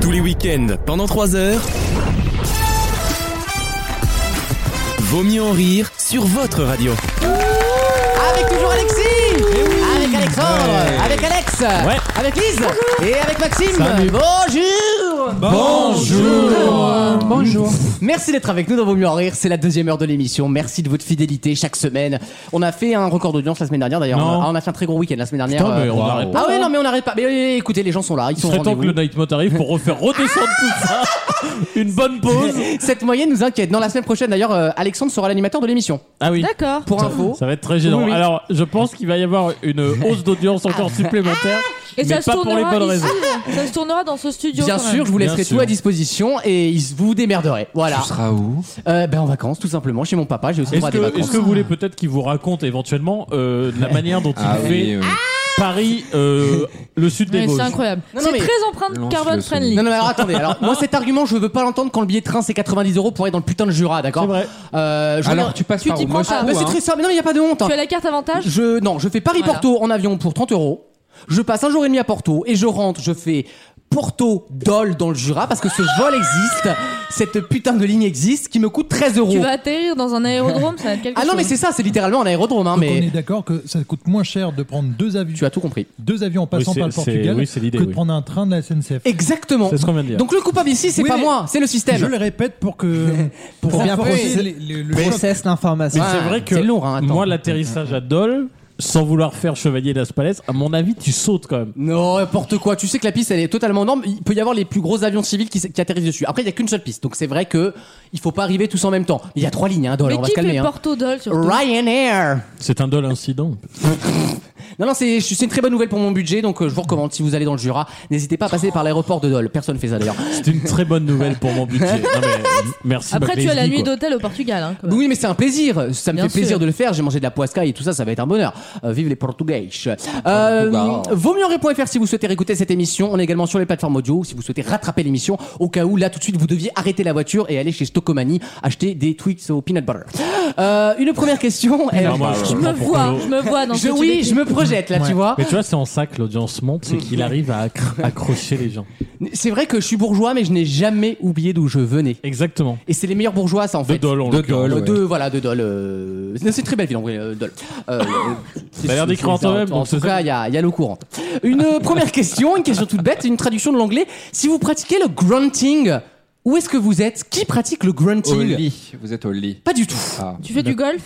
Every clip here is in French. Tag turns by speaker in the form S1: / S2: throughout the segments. S1: Tous les week-ends, pendant 3 heures. Vaut mieux en rire sur votre radio.
S2: Avec toujours Alexis Avec Alexandre
S3: Eh Ouais.
S2: Avec Alex
S3: Ouais.
S2: Avec Lise Et avec Maxime
S3: Salut.
S2: Bonjour
S3: Bonjour
S2: Bonjour. Merci d'être avec nous dans Vos Mieux en Rire. C'est la deuxième heure de l'émission. Merci de votre fidélité chaque semaine. On a fait un record d'audience la semaine dernière d'ailleurs.
S3: Non.
S2: Ah, on a fait un très gros week-end la semaine dernière.
S3: Putain, mais on
S2: Waouh.
S3: arrête pas.
S2: Ah ouais, non, mais on n'arrête pas. Mais euh, écoutez, les gens sont là. Ils
S3: Il
S2: sont au
S3: serait temps que
S2: rendez-vous.
S3: le Night Mode arrive pour refaire redescendre tout ça. Une bonne pause.
S2: Cette moyenne nous inquiète. Dans la semaine prochaine d'ailleurs, euh, Alexandre sera l'animateur de l'émission.
S3: Ah oui.
S4: D'accord.
S2: Pour info.
S3: Ça va être très gênant.
S2: Oui, oui.
S3: Alors, je pense qu'il va y avoir une hausse d'audience encore supplémentaire,
S4: Ah. Et
S3: mais
S4: ça
S3: pas
S4: se
S3: pour les
S4: tournera
S3: bonnes
S4: ici.
S3: raisons.
S4: Ça se tournera dans ce studio.
S2: Bien
S4: quand
S2: sûr,
S4: même.
S2: je vous
S3: Bien
S2: laisserai
S3: sûr.
S2: tout à disposition et ils- vous démerderez. Voilà.
S5: Tu seras où
S2: Euh, ben en vacances, tout simplement, chez mon papa, j'ai aussi le
S3: Est-ce
S2: droit à des
S3: que,
S2: vacances.
S3: est-ce que vous voulez peut-être qu'il vous raconte éventuellement euh, de la manière dont il
S5: Ah
S3: fait
S5: oui, euh,
S3: Paris, euh, le sud des
S4: Mais
S3: Vosges
S4: c'est incroyable.
S2: Non, non,
S4: c'est
S2: mais-
S4: très empreinte
S5: Lance-le,
S4: carbone
S5: Sony.
S4: friendly.
S2: Non, non, mais alors attendez, alors moi cet argument, je veux pas l'entendre quand le billet de train c'est 90 euros pour aller dans le putain de Jura, d'accord
S3: C'est vrai.
S2: Euh, je
S5: Alors
S2: regarde-
S5: tu passes
S4: tu
S5: par
S4: t'y
S5: où
S4: prends
S5: Moscou
S4: pas.
S2: Ah, mais c'est
S5: hein.
S2: très simple, mais non, mais y a pas de honte. hein.
S4: Tu as la carte avantage
S2: Je, non, je fais Paris-Porto en avion pour 30 euros, je passe un jour et demi à Porto et je rentre, je fais. Porto Dole dans le Jura parce que ce vol existe, cette putain de ligne existe qui me coûte 13 euros.
S4: Tu vas atterrir dans un aérodrome, ça va être quelque
S2: Ah non
S4: chose.
S2: mais c'est ça, c'est littéralement un aérodrome hein,
S6: Donc on est
S2: mais
S6: d'accord que ça coûte moins cher de prendre deux avions,
S2: tu as tout compris.
S6: deux avions en passant
S3: c'est-
S6: par le
S3: c'est-
S6: Portugal
S3: oui, c'est l'idée,
S6: que de
S3: oui.
S6: prendre un train de la SNCF.
S2: Exactement.
S3: C'est ce qu'on vient de dire.
S2: Donc le coupable ici c'est
S6: Oui,
S2: pas
S6: mais-
S2: moi, c'est le système.
S6: Je le répète pour que
S7: Pour bien
S6: renforcer
S7: processer-
S6: les- les- le choc.
S7: Processe l'information.
S3: Mais c'est
S2: Ouais,
S4: Ah,
S3: vrai que
S2: c'est lourd, hein, attends.
S3: moi, l'atterrissage à Dole, sans vouloir faire Chevalier Las Palais, à mon avis, tu sautes quand même.
S2: Non, n'importe quoi. Tu sais que la piste, elle est totalement énorme. Il peut y avoir les plus gros avions civils qui, s- qui atterrissent dessus. Après, il n'y a qu'une seule piste. Donc, c'est vrai que il faut pas arriver tous en même temps. Mais Il y a trois lignes, hein, Dol.
S4: Mais
S2: On va
S4: qui
S2: se calmer.
S4: fait
S2: Hein.
S4: Porto Dole surtout
S2: Ryanair.
S3: C'est un Dole incident.
S2: Non, non, c'est c'est une très bonne nouvelle pour mon budget. Donc, euh, je vous recommande, si vous allez dans le Jura, n'hésitez pas à passer par l'aéroport de Dol. Personne fait ça d'ailleurs.
S3: C'est une très bonne nouvelle pour mon budget. Non, mais, euh, merci.
S4: Après, tu
S3: Bac
S4: as la
S3: Leslie,
S4: nuit
S3: quoi.
S4: d'hôtel au Portugal. hein, quand même.
S2: Oui, mais c'est un plaisir. Ça me
S4: Bien
S2: fait plaisir
S4: sûr.
S2: de le faire. J'ai mangé de la poiscaille et tout ça, ça va être un bonheur. Euh, vive les Portugais. Euh,
S5: Portugal.
S2: vaut mieux en rire.fr si vous souhaitez réécouter cette émission. On est également sur les plateformes audio si vous souhaitez rattraper l'émission. Au cas où, là, tout de suite, vous deviez arrêter la voiture et aller chez Stocomanie acheter des tweets au peanut butter. Euh, une première question. Elle-
S3: Non, moi,
S4: Je
S3: comprends
S4: me
S3: pourquoi
S4: vois,
S3: l'eau-
S4: je me vois dans
S2: Je-
S4: ce
S2: oui, je me projette là, tu vois.
S3: Mais tu vois, c'est en ça que l'audience monte, c'est qu'il arrive à accro- accrocher les gens.
S2: C'est vrai que je suis bourgeois, mais je n'ai jamais oublié d'où je venais.
S3: Exactement.
S2: Et c'est les meilleurs bourgeois, ça, en
S3: De
S2: fait.
S3: Dole, en
S5: De
S3: l'occurrence.
S5: Dole,
S2: Euh,
S5: ouais.
S2: de- voilà, de Dole. euh, C'est une très belle ville en vrai, euh, Dole. Euh, euh,
S3: T'as l'air d'écrire en toi-même,
S2: En
S3: donc
S2: tout
S3: c'est
S2: cas,
S3: ça.
S2: il y a, il y a l'eau courante. Une euh, première question, une question toute bête, une traduction de l'anglais. Si vous pratiquez le grunting, où est-ce que vous êtes Qui pratique le
S5: Au
S2: grunting
S5: lit, vous êtes au lit.
S2: Pas du tout.
S5: Ah,
S4: Tu fais du golf,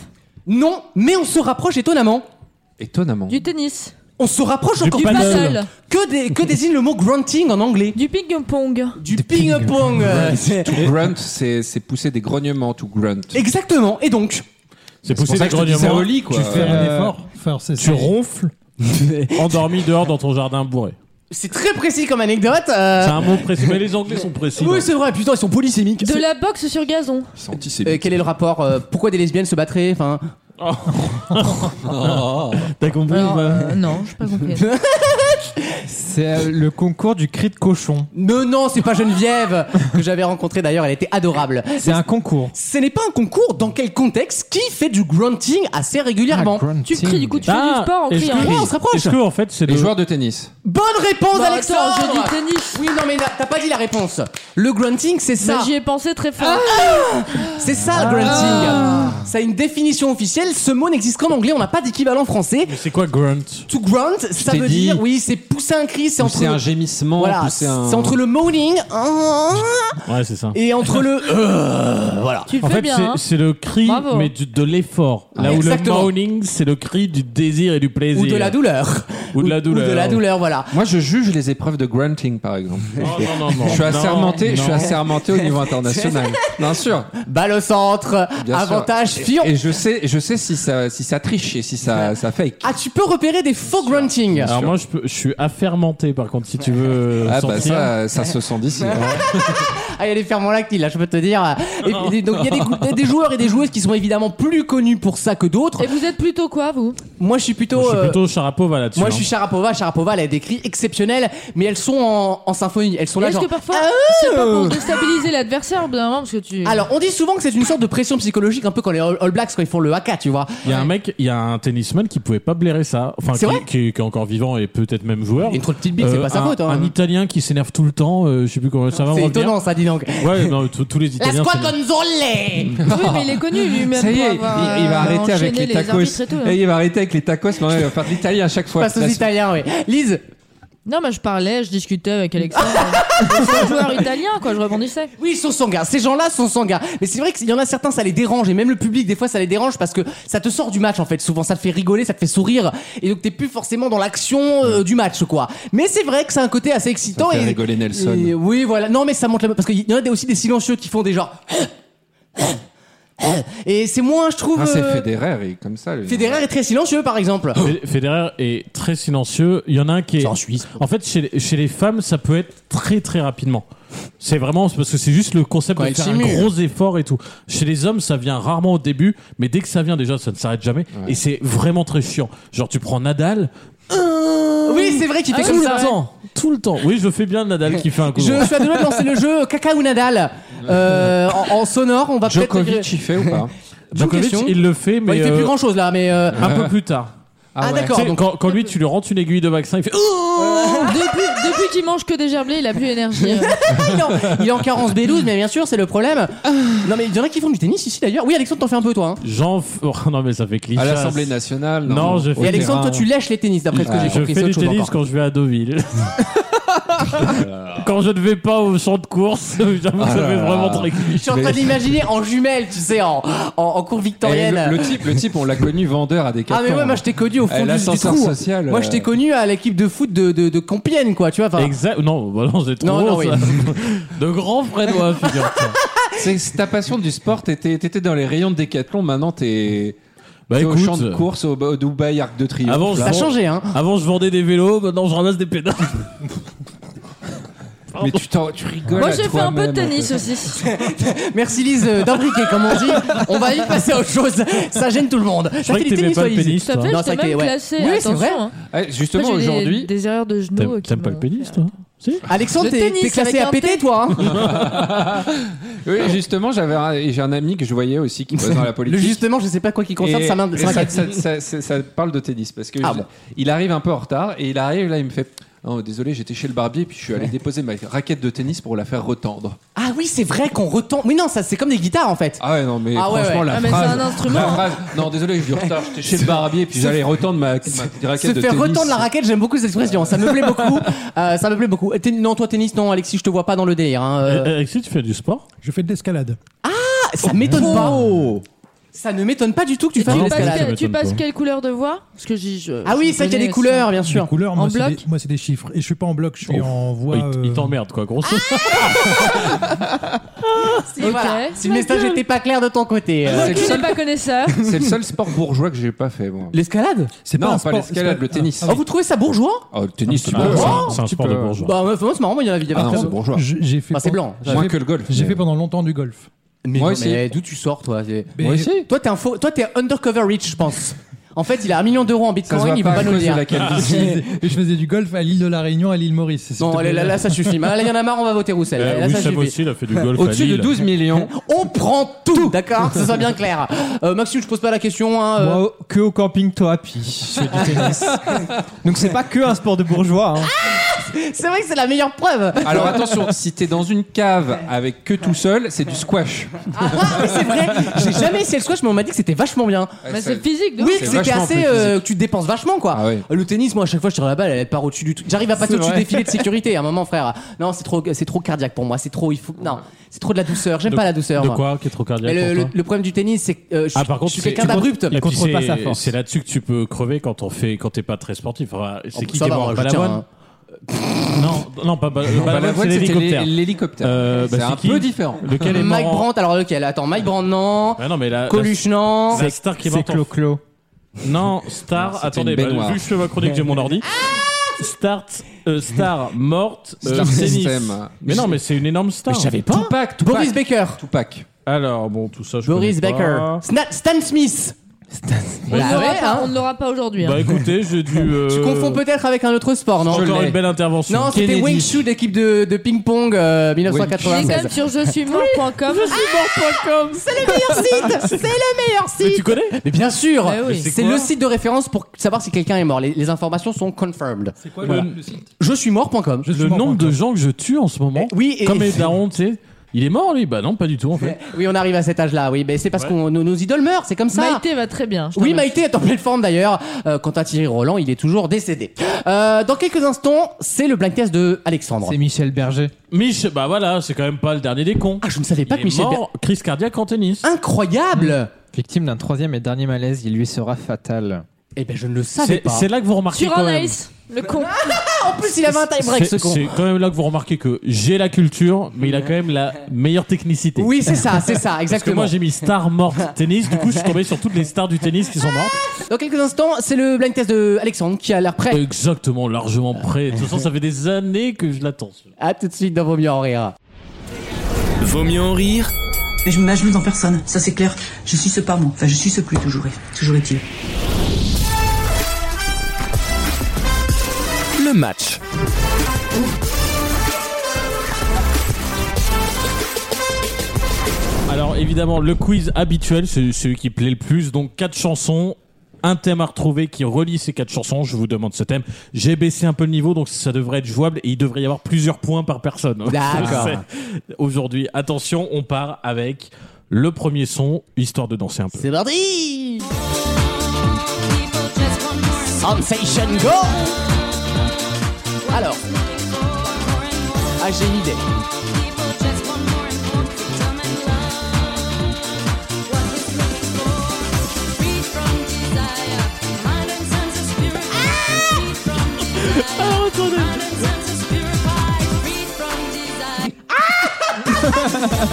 S2: Non, mais on se rapproche étonnamment.
S5: étonnamment.
S4: du tennis,
S2: On se rapproche encore
S4: du
S2: plus.
S4: paddle,
S2: Que, dé- que désigne le mot grunting en anglais
S4: du ping-pong.
S2: Du ping-pong. euh, c'est-
S5: Grunt, c'est c'est pousser des grognements, tout grunt.
S2: Exactement. Et donc,
S3: C'est
S5: pour
S3: pousser
S5: ça
S3: des
S5: que je te disais
S3: grognements.
S5: au lit, quoi.
S6: Tu fais un
S7: Euh,
S6: effort. Enfin, c'est-
S3: Tu
S6: c'est-
S3: ronfles, endormi dehors dans ton jardin bourré.
S2: c'est très précis comme anecdote. euh,
S3: C'est un mot précis. Mais les Anglais sont précis.
S2: oui,
S3: hein.
S2: c'est vrai. Putain, ils sont polysémiques.
S4: De la boxe sur gazon.
S5: C'est antisémite.
S2: Euh, quel est le rapport euh, Pourquoi des lesbiennes se battraient Enfin,
S3: T'as compris bah.
S4: Alors,
S3: ou pas
S4: euh, non, je pas compris.
S7: C'est euh, le concours du cri de cochon.
S2: non, non, c'est pas Geneviève que j'avais rencontrée d'ailleurs. Elle était adorable.
S7: C'est un concours.
S2: Ce n'est pas un concours. Dans quel contexte Qui fait du grunting assez
S5: Ah,
S2: régulièrement
S4: Tu cries du coup, tu fais
S3: Ah,
S4: du sport en
S3: est-ce
S4: criant.
S3: que-
S2: Ouais, on se rapproche.
S3: Est-ce que en fait c'est
S5: Les
S3: de-
S5: joueurs de tennis.
S2: Bonne réponse,
S4: Bon, Bah, attends,
S2: Alexandre.
S4: je dis tennis.
S2: Oui, non, mais na- t'as pas dit la réponse. Le grunting, c'est
S4: Mais
S2: ça. Ah.
S4: j'y ai pensé très fort.
S2: C'est ça le grunting. Ça a une définition officielle. Ce mot n'existe qu'en anglais. On n'a pas d'équivalent français.
S3: Mais c'est quoi grunt
S2: To grunt, ça
S5: t'ai
S2: veut
S5: dit.
S2: dire, oui, c'est pousser un cri. C'est entre.
S5: Pousser un gémissement,
S2: Voilà,
S5: pousser
S2: c'est
S5: un.
S2: entre le moaning hein,
S3: Ouais, c'est ça.
S2: et entre le. euh, voilà.
S4: Tu le
S3: En
S4: fais
S3: fait, c'est
S4: bien. hein.
S3: c'est le cri,
S4: Bravo.
S3: mais du- de l'effort. Là
S2: Ah,
S3: où
S2: exactement.
S3: le moaning, c'est le cri du désir et du plaisir.
S2: Ou de la douleur.
S3: Ou de la douleur.
S2: Ou de la douleur, voilà.
S5: Moi, je juge les épreuves de grunting, par exemple.
S3: Non, non, non, non.
S5: Je suis
S3: Non,
S5: assermenté, je suis
S3: non.
S5: assermenté au niveau international. Bien sûr.
S2: Balle au centre,
S5: Bien sûr.
S2: avantage Fillon.
S5: Et je sais, je sais si ça, si ça triche et si ça, ça fake.
S2: Ah, tu peux repérer des faux grunting.
S3: Alors moi, je, peux- je suis affermenté, par contre, si tu veux
S5: Ah bah
S3: sentir.
S5: ça, ça se sent d'ici. hein.
S2: Ah, il y a des ferments lactiles, là, je peux te dire. Et puis, donc, il y a des cou- des, des joueurs et des joueuses qui sont évidemment plus connus pour ça que d'autres.
S4: Et vous êtes plutôt quoi, vous
S2: Moi, je suis plutôt.
S3: Moi, je suis
S2: euh,
S3: plutôt Sharapova là-dessus.
S2: moi, je
S3: hein.
S2: suis Sharapova. Sharapova, elle a des cris exceptionnels, mais elles sont en, en symphonie. Elles sont là,
S4: Est-ce
S2: genre.
S4: que parfois, c'est pas
S2: oh
S4: pour déstabiliser l'adversaire au bout d'un moment parce que tu.
S2: Ah, Alors, on dit souvent que c'est une sorte de pression psychologique, un peu quand les All All Blacks, quand ils font le haka, tu tu vois.
S3: Il y a un mec, il y a un tennisman qui pouvait pas blairer ça. Enfin,
S2: C'est
S3: qui,
S2: vrai
S3: qui est, qui est encore vivant et peut-être même joueur.
S2: Une trop petite bite, c'est
S3: Euh,
S2: pas sa
S3: un-
S2: faute. hein.
S3: Un Italien qui s'énerve tout le temps, euh, je sais plus comment ça va. me
S2: C'est
S3: revenir.
S2: étonnant ça, dis donc.
S3: Ouais, non, tous tous les
S2: La
S3: Italiens.
S2: squad
S3: c'est-
S2: Gonzole
S4: Oui, mais il est connu lui même.
S5: Ça y
S4: pour
S5: est, il,
S4: avoir,
S5: il va
S4: euh,
S5: arrêter avec
S4: enchaîné
S5: les tacos.
S4: arbitres et tout, hein. là.
S5: Et il va arrêter avec les tacos, mais il va faire de l'Italie à chaque fois.
S2: Passe aux
S5: La-
S2: Italiens, oui. Lise
S4: Non, mais je parlais, je discutais avec Alexandre. euh, C'est un joueur italien, quoi, je rebondissais.
S2: Oui, ils sont sanguins. Ces gens-là sont sanguins. Mais c'est vrai qu'il y en a certains, ça les dérange. Et même le public, des fois, ça les dérange parce que ça te sort du match, en fait. Souvent, ça te fait rigoler, ça te fait sourire. Et donc, t'es plus forcément dans l'action euh, du match, quoi. Mais c'est vrai que c'est un côté assez excitant.
S5: fait
S2: et,
S5: rigoler Nelson.
S2: et- oui, voilà. Non, mais ça monte la. Parce qu'il y en a des- aussi des silencieux qui font des genres. Et c'est moins, je trouve.
S5: Ah, c'est
S2: euh,
S5: Federer, Oh, et comme ça. le-
S2: Federer est très silencieux, par exemple.
S3: Fed- Federer est très silencieux. Il y en a un qui est.
S2: C'est en Suisse.
S3: En fait, chez les, chez les femmes, ça peut être très très rapidement. C'est vraiment parce que c'est juste le concept
S2: Quand
S3: de
S2: elles
S3: faire un
S2: simulent.
S3: gros effort et tout. Chez les hommes, ça vient rarement au début, mais dès que ça vient déjà, ça ne s'arrête jamais. Et c'est vraiment très chiant. Genre, tu prends Nadal Ah,
S2: Oui, c'est vrai
S5: Ah
S2: qu'il Euh, fait
S3: tout
S2: comme
S3: le
S2: ça.
S3: temps, tout le temps. Oui, je fais bien Nadal qui fait un coup.
S2: Je suis à deux doigts de lancer le jeu Caca ou Nadal Euh, en, en sonore. On va peut-être.
S5: Djokovic, il fait ou pas
S2: Bonne
S3: Djokovic,
S2: question.
S3: il le fait, mais
S2: Bah, il fait
S3: euh,
S2: plus grand chose là, mais euh,
S3: un peu plus tard.
S2: Ah,
S5: ouais.
S2: d'accord.
S3: Tu sais,
S2: donc-
S3: quand, quand lui, tu lui rentres une aiguille de vaccin, il fait. oh!
S4: Depuis, depuis qu'il mange que des gerblés, il a plus d'énergie. euh.
S2: il, est en, il est en carence B12, mais bien sûr, c'est le problème. Non, mais il y en a qui font du tennis ici d'ailleurs. Oui, Alexandre, t'en fais un peu toi. hein.
S3: Jean. Oh, non, mais ça fait cliché.
S5: À l'Assemblée nationale.
S3: Non, je fais.
S2: Et Alexandre, toi, tu lèches les tennis d'après ce que j'ai
S3: Ah, je
S2: compris.
S3: fais
S2: c'est
S3: du
S2: autre chose
S3: tennis
S2: encore.
S3: quand je vais à Deauville. quand je ne vais pas au champ de course, j'avoue que ça fait vraiment très
S2: Je suis en train d'imaginer en jumelle, tu sais, en, en, en cour
S5: Et
S2: victorienne.
S5: Eh, le, le type, le type, on l'a connu vendeur à des
S2: Ah mais ouais, moi je t'ai connu au
S5: Eh,
S2: fond du, du
S5: l'ascenseur
S2: trou.
S5: social,
S2: moi je
S5: euh.
S2: t'ai connu à l'équipe de foot de, de, de Compiègne, quoi. Tu vois. enfin,
S3: Exact. Non, bah non, c'est trop
S2: Non, non,
S3: gros, ça. De grands Frédois, figure-toi.
S5: C'est c'est ta passion du sport. T'étais t'étais dans les rayons de Décathlon, maintenant t'es
S3: Bah
S5: t'es au champ
S3: écoute, Ah
S5: de course au, au Dubaï Arc de Triomphe.
S3: Avant, je-
S2: ça a changé, hein.
S3: avant je vendais des vélos, maintenant je ramasse des pédales.
S5: Mais tu, t'en- tu rigoles.
S4: Moi,
S5: à
S4: j'ai fait un peu de
S5: toi-même. hein.
S4: tennis aussi.
S2: Merci Lise euh, d'imbriquer, comme on dit. On va vite passer à autre chose. Ça gêne tout le monde. Ça fait
S3: croyais que
S2: du
S3: t'aimais
S2: tennis,
S3: pas
S2: toi,
S3: le
S2: Lise.
S3: pénis,
S4: Je
S3: toi.
S4: t'appelle,
S2: Non,
S4: je
S2: ça
S4: t'ai
S2: qui est-
S4: même
S2: ouais.
S4: classé.
S2: Oui, c'est vrai.
S4: attention, hein.
S5: Eh, Justement,
S4: Moi, j'ai des-
S5: aujourd'hui,
S4: Des erreurs de genoux.
S2: Oh,
S3: T'aimes
S4: euh, qui
S3: t'aimes pas
S4: m'ont
S2: bah.
S3: le pénis, toi Si
S2: Alexandre,
S4: Le
S2: t'es
S4: tennis
S2: t'es classé
S4: avec
S2: à
S4: un
S2: péter,
S4: T.
S2: toi. hein.
S5: oui, justement, j'avais un- et j'ai un ami que je voyais aussi qui bosse dans la
S2: Le
S5: politique.
S2: justement, je sais pas quoi qui concerne
S5: Et-
S2: sa main.
S5: et
S2: sa
S5: ça,
S2: raquette.
S5: ça- ça- ça- ça parle de tennis parce que
S2: Ah
S5: je-
S2: bon.
S5: il arrive un peu en retard et il arrive là, il me fait. Oh, désolé, j'étais chez le barbier puis je suis allé déposer ma raquette de tennis pour la faire retendre.
S2: Ah oui, c'est vrai qu'on retend. Oui, non, ça c'est comme des guitares en fait.
S5: Ah ouais, non, mais
S2: Ah ouais,
S5: franchement,
S2: ouais.
S5: la
S4: Ah, mais c'est
S5: phrase.
S4: un instrument,
S5: la
S4: hein.
S5: phrase, Non, désolé, je suis en retard, j'étais chez le barbier puis j'allais retendre ma, ma
S2: Se
S5: raquette de tennis.
S2: faire retendre la raquette, j'aime beaucoup cette expression. Ça me plaît beaucoup. Euh, ça me plaît beaucoup. Euh, tennis- Non, toi tennis, non, Alexis, je te vois pas dans le délire. hein. Euh,
S3: Euh, Alexis, tu fais du sport
S6: Je fais de l'escalade.
S2: ah, ça m'étonne pas. Ça ne m'étonne pas du tout que tu
S4: Et
S2: fasses
S3: non,
S2: de
S4: tu,
S3: l'escalade,
S4: passes,
S3: ça
S2: l'escalade.
S4: quelle- tu
S3: m'étonne pas.
S4: passes quelle couleur de voix Parce que j'ai. je-
S2: Ah oui,
S4: je
S2: c'est vrai qu'il y a
S4: connais
S2: des
S4: aussi.
S2: couleurs, bien sûr.
S6: Les couleurs,
S4: En
S6: moi, c'est
S4: bloc
S6: des- moi, c'est des chiffres. Et je suis pas en bloc, je suis en voix.
S3: Il- Il
S6: euh,
S3: t'emmerde, quoi,
S2: Ah,
S3: grosso
S2: Et
S4: Ok.
S2: voilà. Si le
S4: Ma
S2: message
S4: gueule.
S2: n'était pas clair de ton côté. euh,
S5: C'est le
S4: Tu n'es
S5: seul-
S4: pas connaisseur.
S5: C'est le seul sport bourgeois que j'ai pas fait, moi.
S2: L'escalade
S6: C'est
S5: Non,
S6: pas, un
S5: pas
S6: sport,
S5: l'escalade,
S6: c'est
S5: le tennis.
S6: Ah,
S2: Oh, vous trouvez ça bourgeois
S5: Oh, le tennis, tu
S3: Ah,
S5: peux.
S3: c'est un-
S5: Oh,
S3: c'est un
S5: tu
S3: sport de
S5: peux.
S3: bourgeois.
S2: Bah, ouais, c'est marrant, moi, il y en a il y avait
S5: Ah non,
S2: très-
S5: c'est bourgeois.
S6: Je- J'ai fait.
S2: Bah, c'est
S6: pen-
S2: blanc.
S6: j'ai
S5: Moins
S6: fait-
S5: que le golf.
S6: J'ai
S5: mais-
S6: fait pendant longtemps du golf.
S2: Mais,
S5: Moi
S2: non,
S5: aussi.
S2: mais d'où tu sors, toi c'est-
S6: Mais- Moi
S5: aussi.
S2: Toi, t'es un, faux- toi, t'es un undercover rich, je pense. En fait, il a un million d'euros en
S5: Ça se
S2: bitcoin,
S5: voit
S2: il
S5: pas
S2: veut
S5: à
S2: pas nous le
S5: cause de
S2: dire.
S5: la calvitie.
S6: Et je faisais du golf à l'île de la Réunion, à l'île Maurice. C'est-
S2: Bon, là, là, là, ça suffit. Là, il y en a marre, on va voter Roussel.
S3: Euh,
S2: bah, Là,
S3: oui,
S2: ça
S3: Sam
S2: suffit.
S3: aussi, il a fait du golf à
S5: Au-dessus de
S3: Lille.
S5: 12 millions.
S2: On prend tout, d'accord Que ce soit bien clair. Euh, Maxime, je pose pas la question. Hein, euh,
S7: Moi, au- que au camping Toapi, je fais du tennis. Donc c'est pas que un sport de bourgeois. hein.
S2: C'est vrai que c'est la meilleure preuve.
S5: Alors attention, si t'es dans une cave avec que tout seul, c'est du squash.
S2: Ah, ah, mais c'est vrai. J'ai jamais essayé le squash, mais on m'a dit que c'était vachement bien.
S4: Mais Bah, c'est physique, de
S2: Oui,
S4: ouf.
S2: que
S5: C'est
S2: c'était
S5: vachement
S2: assez.
S5: plus physique.
S2: euh, que tu te dépenses vachement, quoi. Euh,
S5: Ah ouais.
S2: Le tennis, moi, à chaque fois, je tire la balle, elle part au-dessus du tout. J'arrive à passer au-dessus des filets de sécurité à un moment, frère. Non, c'est trop, c'est trop cardiaque pour moi. C'est trop, il faut. Non, c'est trop de la douceur. J'aime
S3: De-
S2: pas la douceur.
S3: De
S2: moi.
S3: quoi Qui est trop
S2: Mais
S3: cardiaque
S2: le,
S3: pour
S2: le-
S3: toi
S2: le problème du tennis, c'est que euh, je, suis-
S3: Ah, par contre,
S2: je suis
S3: c'est-
S2: quelqu'un
S3: tu
S2: d'abrupt.
S3: Et puis
S7: contrôle pas
S3: c'est-
S7: sa force.
S3: C'est là-dessus que tu peux crever quand on fait quand t'es pas très sportif. Enfin,
S2: Oh,
S3: c'est qui
S2: ça
S3: qui est
S2: va,
S3: mort
S2: moi, je hein.
S3: Balavoine Non, non, pas Bal-
S5: Bah, la
S3: Balavoine,
S5: voile,
S3: c'est
S5: c'était
S3: l'hélicoptère.
S5: l'hélicoptère.
S3: Euh, bah,
S5: c'est
S3: c'est
S5: un
S3: qui
S5: peu différent.
S3: Lequel est mort
S2: Mike
S3: en-
S2: Brandt, alors lequel Attends, Mike Brandt, non.
S3: Bah non, mais la, la,
S2: Coluche, non.
S3: la star qui est
S7: C'est
S3: morte. en-
S7: Clo-Clo.
S3: Non, Star.
S5: c'était
S3: attendez,
S5: une
S3: bah,
S5: baignoire.
S3: vu que je fais ma chronique, j'ai mon ordi. Start, euh, star morte, euh,
S5: Star
S3: tennis.
S5: System.
S3: Mais non, mais c'est une énorme star.
S2: Mais je savais pas.
S5: Tupac, Tupac.
S2: Boris Baker.
S5: Tupac.
S3: Alors bon, tout ça, je
S2: Boris
S3: connais
S2: Baker.
S3: pas.
S2: Sna- Stan Smith.
S4: On ne
S2: Bah
S4: l'aura
S2: ouais,
S4: pas-
S2: hein.
S4: on ne l'aura pas aujourd'hui. hein.
S3: Bah écoutez, j'ai dû.
S2: Tu
S3: euh,
S2: confonds peut-être avec un autre sport, non
S3: Encore une belle intervention.
S2: Non, c'était
S7: Kennedy.
S2: Wing Chun, l'équipe de, de ping-pong euh,
S4: Il est quand même
S2: 1996.
S4: sur je suis mort.com.
S2: C'est le meilleur site C'est le meilleur
S3: Mais
S2: site
S3: tu connais
S2: Mais bien sûr
S4: Bah oui.
S2: C'est
S3: quoi
S2: le site de référence pour savoir si quelqu'un est mort. Les, les informations sont confirmed.
S6: C'est quoi
S3: Voilà.
S6: le site
S2: Je suis mort.com.
S6: Je suis
S3: Le
S6: mort,
S3: nombre
S6: encore.
S3: de gens que je tue en ce moment.
S2: Oui, et-
S3: Comme les darons, tu sais. Il est mort lui Bah non, pas du tout en fait.
S2: Oui, on arrive à cet âge-là, oui. Mais c'est parce
S3: Ouais.
S2: que nos, nos idoles meurent, c'est comme ça.
S4: Maïté va très bien. je te
S2: Oui,
S4: remercie.
S2: Maïté est en pleine forme d'ailleurs. Euh, quant à Thierry Roland, il est toujours décédé. Euh, dans quelques instants, c'est le blind test de Alexandre.
S7: C'est Michel Berger.
S3: Mich, bah voilà, c'est quand même pas le dernier des cons.
S2: Ah, je ne savais pas que
S3: Il est
S2: Michel.
S3: mort, Ah, Mm. crise cardiaque en tennis.
S2: Ber- Incroyable
S7: Victime d'un troisième et dernier malaise, il lui sera fatal.
S2: Eh ben, je ne le savais
S3: C'est
S2: pas.
S3: c'est là que vous remarquez
S4: Sur
S3: quand
S4: un
S3: même.
S4: ice, le con.
S2: En plus, il avait un time break, ce
S3: C'est
S2: con.
S3: c'est quand même là que vous remarquez que j'ai la culture, mais il a quand même la meilleure technicité.
S2: Oui, c'est ça, c'est ça,
S3: Parce que
S2: exactement.
S3: moi j'ai mis star morte tennis, du coup je suis tombé sur toutes les stars du tennis qui sont mortes.
S2: Dans quelques instants, c'est le blind test de Alexandre qui a l'air prêt.
S3: Exactement, largement prêt. De toute façon, ça fait des années que je l'attends. celui-là.
S2: À tout de suite dans Vaut mieux en rire.
S1: Vaut mieux en rire
S8: Mais je ne m'ajoute en personne, ça c'est clair. Je suis ce pas moi. Enfin, je suis ce plus toujours, est- toujours est-il.
S1: le match.
S3: Alors évidemment, le quiz habituel, c'est celui qui plaît le plus. Donc quatre chansons, un thème à retrouver qui relie ces quatre chansons. Je vous demande ce thème. J'ai baissé un peu le niveau, donc ça devrait être jouable et il devrait y avoir plusieurs points par personne.
S2: D'accord.
S3: C'est- Aujourd'hui, attention, on part avec le premier son, histoire de danser un peu.
S2: C'est parti Sensation Go Alors. Ah, j'ai une idée.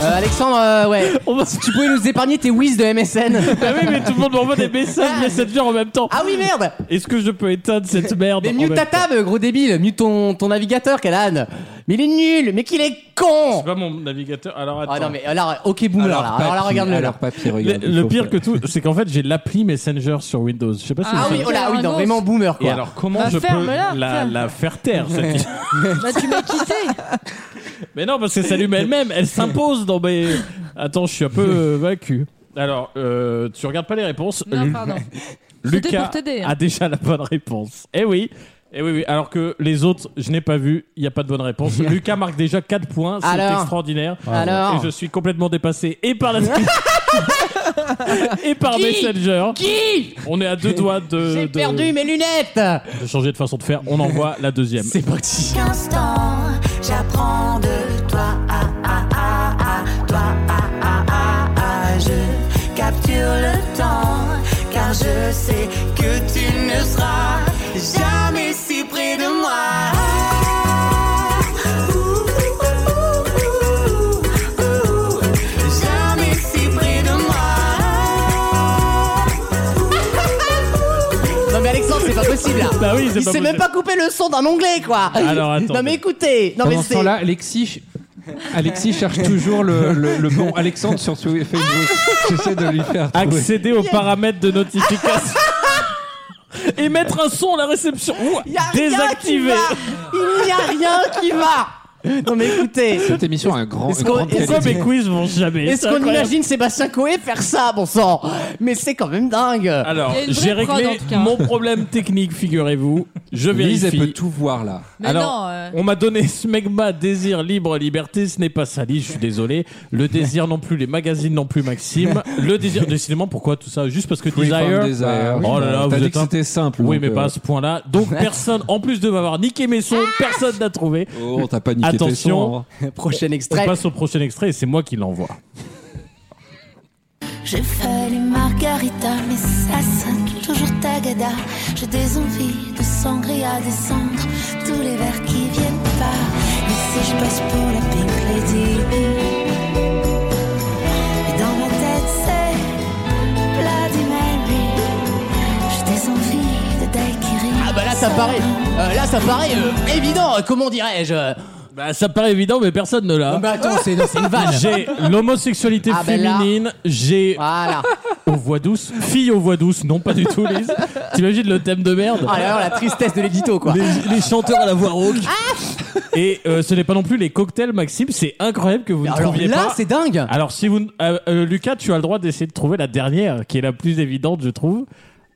S2: Euh, Alexandre, euh, ouais. Si tu pouvais nous épargner tes whiz de MSN.
S3: Ah oui, mais tout le monde m'envoie des messages, Messenger en même temps.
S2: Ah oui, merde
S3: Est-ce que je peux éteindre cette merde
S2: Mais
S3: en
S2: mute
S3: même
S2: ta
S3: temps
S2: table, gros débile. Mute ton, ton navigateur, Calan. Mais il est nul, mais qu'il est con
S3: C'est pas mon navigateur. Alors attends.
S2: Ah non, mais alors, ok, boomer, là. Alors, là, regarde-le, là.
S5: Alors, papy,
S3: Le,
S5: regarde.
S3: le
S5: il faut
S3: pire
S5: faire-
S3: que tout, c'est qu'en fait, j'ai l'appli Messenger sur Windows. Je sais pas si
S2: Ah
S3: vous
S2: oui,
S3: savez.
S2: oh là, oui, non, vraiment boomer,
S3: Et
S2: quoi.
S3: alors, comment
S4: Bah,
S3: je peux
S4: ferme-la,
S3: la,
S4: ferme.
S3: la faire taire cette-
S4: Bah, tu m'as quitté.
S3: Mais non, parce que ça l'allume elle-même, elle s'impose dans mes. Attends, je suis un peu euh, vaincu. Alors, euh, tu regardes pas les réponses.
S4: Non,
S3: Lu-
S4: pardon. C'était
S3: Lucas
S4: pour t'aider, hein.
S3: a déjà la bonne réponse. Eh oui. Eh oui, oui, alors que les autres, je n'ai pas vu, il n'y a pas de bonne réponse. Lucas marque déjà 4 points, c'est
S2: Alors
S3: extraordinaire.
S2: Alors
S3: Et je suis complètement dépassé et par la et par Messenger.
S2: Qui
S3: On est à deux doigts de,
S2: J'ai
S3: euh, de-
S2: perdu mes lunettes
S3: de changer de façon de faire. On envoie la deuxième.
S2: C'est parti
S9: instant, j'apprends de toi, ah, ah, ah, ah, toi, ah, ah, ah, ah. je capture le temps, car je sais que tu ne seras jamais si près de moi. Ouh, ouh, ouh, ouh, ouh, ouh, jamais si près de moi. Ouh, ouh, ouh,
S2: Non mais Alexandre, c'est pas possible là
S3: Bah oui, c'est
S2: Il
S3: pas
S2: s'est même
S3: possible.
S2: pas coupé le son d'un onglet quoi
S3: Alors, attends.
S2: Non mais écoutez Non mais
S5: Pendant ce
S2: c'est...
S5: temps-là, Alexis, ch- Alexis cherche toujours le, le- le bon Alexandre sur sou- Facebook. J'essaie de lui faire trouver.
S3: Accéder aux paramètres de notification. Et mettre un son à la réception. Ouh,
S2: Il y a rien
S3: désactivé.
S2: qui va Il n'y a rien qui va Non mais écoutez
S5: Cette émission a un grand.
S2: Est-ce
S5: une
S2: qu'on-
S5: grande
S2: est-ce
S3: Pourquoi
S5: qualité.
S3: mes quiz vont jamais
S2: Est-ce
S3: C'est
S2: qu'on
S3: incroyable.
S2: imagine Sébastien Coé faire ça, bon sang Mais c'est quand même dingue
S3: Alors,
S4: Il y a une vraie
S3: j'ai
S4: prod,
S3: réglé
S4: en tout cas.
S3: mon problème technique, figurez-vous. Je
S5: Lise, elle peut
S3: vérifie.
S5: tout voir là.
S4: Mais
S3: Alors,
S4: non. euh,
S3: on m'a donné Smegma, désir, libre, liberté, ce n'est pas sali, je suis désolé. Le désir non plus, les magazines non plus, Maxime. Le désir, décidément, pourquoi tout ça Juste parce que
S5: Free from
S3: Desire.
S5: Desire.
S3: Oh là là,
S5: T'as
S3: vous
S5: dit
S3: êtes
S5: que
S3: un
S5: c'était simple.
S3: Oui,
S5: donc,
S3: mais
S5: euh,
S3: pas à ce point-là. Donc personne, en plus de m'avoir niqué mes sons, personne n'a trouvé.
S5: Oh, t'as pas niqué tes
S3: Attention.
S5: sons, hein.
S2: Prochain
S3: On
S2: extrait
S3: passe au prochain extrait et c'est moi qui l'envoie.
S9: Je fais les margaritas, mais ça sonne toujours tagada. J'ai des envies de sangria, des cendres, tous les verres qui viennent pas. Mais si je passe pour la Pink Lady, et dans ma tête c'est Bloody Mary. J'ai des envies de daiquiri.
S2: Ah bah là ça paraît euh, Là ça paraît euh, évident, euh, comment dirais-je euh,
S3: Bah, ça paraît évident, mais personne ne
S2: Non
S7: Bah,
S3: l'a.
S2: mais attends, c'est non, c'est une vanne
S3: J'ai l'homosexualité
S2: Ah, ben là.
S3: féminine, j'ai
S2: Voilà
S3: aux voix douces. Fille aux voix douces, non pas du tout, Lise. T'imagines le thème de merde
S2: Ah, alors la tristesse de l'édito, quoi.
S3: les, les chanteurs à la voix rauque. Et euh, ce n'est pas non plus les cocktails, Maxime. C'est incroyable que vous ne
S2: Alors
S3: trouviez
S2: là,
S3: pas.
S2: c'est dingue.
S3: Alors, si vous, euh, euh, Lucas, tu as le droit d'essayer de trouver la dernière, qui est la plus évidente, je trouve.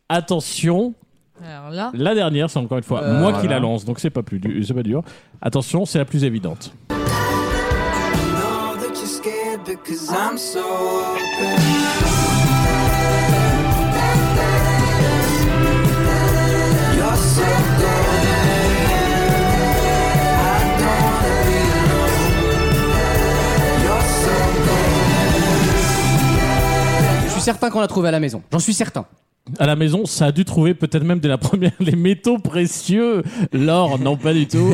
S3: Attention,
S4: Alors là,
S3: la dernière, c'est encore une fois moi qui la lance, donc c'est pas plus, du- c'est pas dur. Attention, c'est la plus évidente.
S2: Je suis certain qu'on l'a trouvé à la maison. J'en suis certain.
S3: À la maison, ça a dû trouver peut-être même dès la première les métaux précieux, l'or, non pas du tout.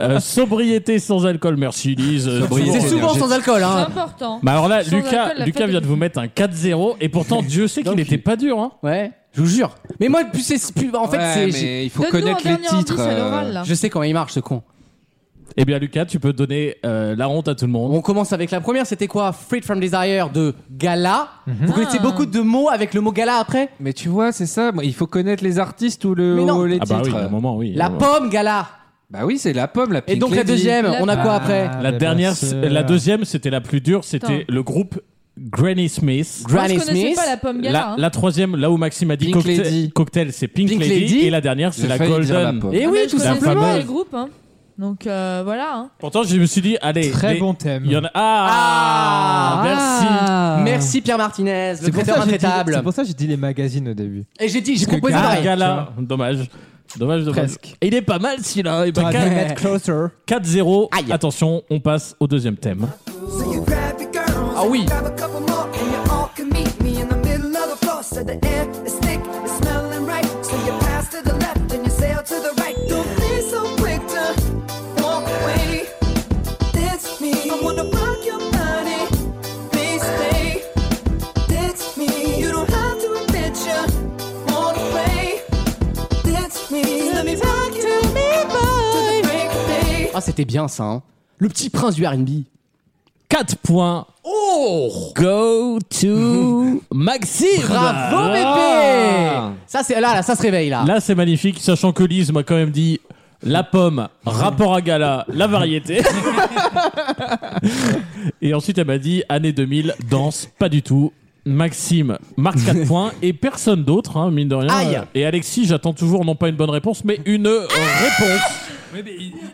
S3: Euh, sobriété sans alcool, merci Lise. Euh,
S5: Sobriété.
S2: C'est
S5: Énergétique.
S2: souvent sans alcool,
S4: c'est
S2: hein.
S4: important.
S3: Bah alors là,
S4: Sans
S3: Lucas,
S4: alcool, la
S3: Lucas
S4: fête
S3: vient de
S4: est
S3: vous mettre un 4-0 et pourtant Dieu sait qu'il
S2: Donc,
S3: n'était pas dur. Hein.
S2: Ouais, je vous jure. Mais moi, plus c'est plus- en fait, c'est.
S5: Ouais,
S2: j'ai-
S5: mais il faut
S4: Donne-nous un
S5: connaître les
S4: dernier indice
S5: titres.
S4: à
S5: euh,
S4: l'oral, là.
S2: Je sais comment il marche ce con.
S3: Eh bien Lucas, tu peux donner euh, la honte à tout le monde.
S2: On commence avec la première, c'était quoi Freed from Desire de Gala.
S3: Mhm.
S2: Vous connaissez
S4: Ah.
S2: beaucoup de mots avec le mot Gala après
S5: Mais tu vois, c'est ça. moi, Il faut connaître les artistes ou, le,
S2: Mais non.
S5: ou les
S3: ah bah oui,
S5: titres.
S3: à un moment oui.
S2: La
S3: Euh,
S2: pomme Gala.
S5: bah oui, c'est la pomme, la
S2: Et
S5: Pink
S2: donc la
S5: Lady.
S2: deuxième,
S4: La
S2: on a quoi
S4: pomme.
S2: après
S3: La dernière,
S7: c'est-
S3: la deuxième, c'était la plus dure, c'était
S4: Attends.
S3: le groupe Granny Smith.
S4: Moi, je
S2: Granny
S4: connaissais
S2: Smith.
S4: pas la pomme gala.
S3: La,
S4: hein.
S3: la troisième, là où Maxime a dit
S5: Pink
S3: cocktail,
S5: Lady.
S3: cocktail, c'est Pink,
S2: Pink
S3: Lady.
S2: Lady.
S3: Et la dernière, c'est
S5: J'ai
S3: la
S5: failli dire la
S3: Golden.
S5: pomme.
S2: Et
S4: Ah,
S2: Eh oui,
S4: mais je
S2: tout
S4: connaissais
S2: simplement.
S4: pas
S3: fameuse.
S4: le groupe, hein. Donc euh, voilà. hein.
S3: Pourtant, je me suis dit, allez,
S7: Très
S3: les-
S7: bon thème.
S3: Il y en a. Ah, merci.
S2: Merci Pierre Martinez, le
S7: C'est pour,
S2: traiteur
S7: ça que j'ai dit-
S2: intraitable.
S7: c'est pour ça que j'ai dit les magazines au début.
S2: Et j'ai dit, j'ai proposé
S3: Ah,
S2: pareil.
S3: gala. Dommage. Dommage, dommage.
S7: Presque.
S3: Et il est pas mal, celui-là. Il est pas
S7: T'aurais dû
S3: quatre-
S7: mettre closer.
S3: 4-0.
S2: Aïe.
S3: Attention, on passe au deuxième thème.
S2: Ah oui. Ah, c'était bien ça. hein. Le petit prince du RB.
S3: 4 points. Oh Go to Maxime Ah.
S2: Bravo bébé Ça c'est là, là, ça se réveille là.
S3: Là, c'est magnifique, sachant que Lise m'a quand même dit la pomme, rapport à gala, la variété. et ensuite, elle m'a dit année 2000, danse, pas du tout. Maxime marque 4 points et personne d'autre, hein, mine de rien.
S2: Aïe.
S3: Et Alexis, j'attends toujours non pas une bonne réponse, mais une euh, réponse.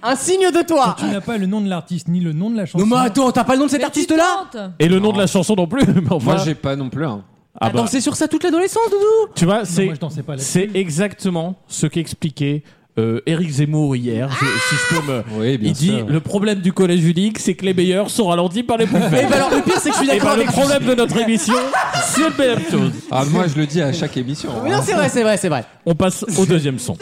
S2: Un signe de toi.
S6: Tu n'as pas le nom de l'artiste ni le nom de la chanson.
S2: Non mais attends, t'as pas le nom de cet
S4: Mais
S2: artiste
S4: tu
S2: là
S4: tentes.
S3: Et le nom de la chanson non plus. mais enfin,
S5: Moi, j'ai pas non plus. hein.
S3: Ah bah,
S2: Attends, c'est sur ça toute l'adolescence, Doudou
S3: tu vois, c'est
S6: moi, je dansais pas là-dessus.
S3: c'est exactement ce qu'expliquait euh, Éric Zemmour hier, je- si je peux me.
S5: Oui, bien
S3: Il dit
S5: sûr.
S3: le problème du collège unique, c'est que les meilleurs sont ralentis par les plus faibles.
S2: Et bah alors le pire c'est que je suis
S3: Et
S2: d'accord
S3: ben, Eh le
S2: avec
S3: problème de notre émission, c'est le même chose.
S5: Ah, moi, je le dis à chaque émission.
S2: Mais non,
S5: hein.
S2: c'est vrai, c'est vrai, c'est vrai.
S3: On passe au deuxième son.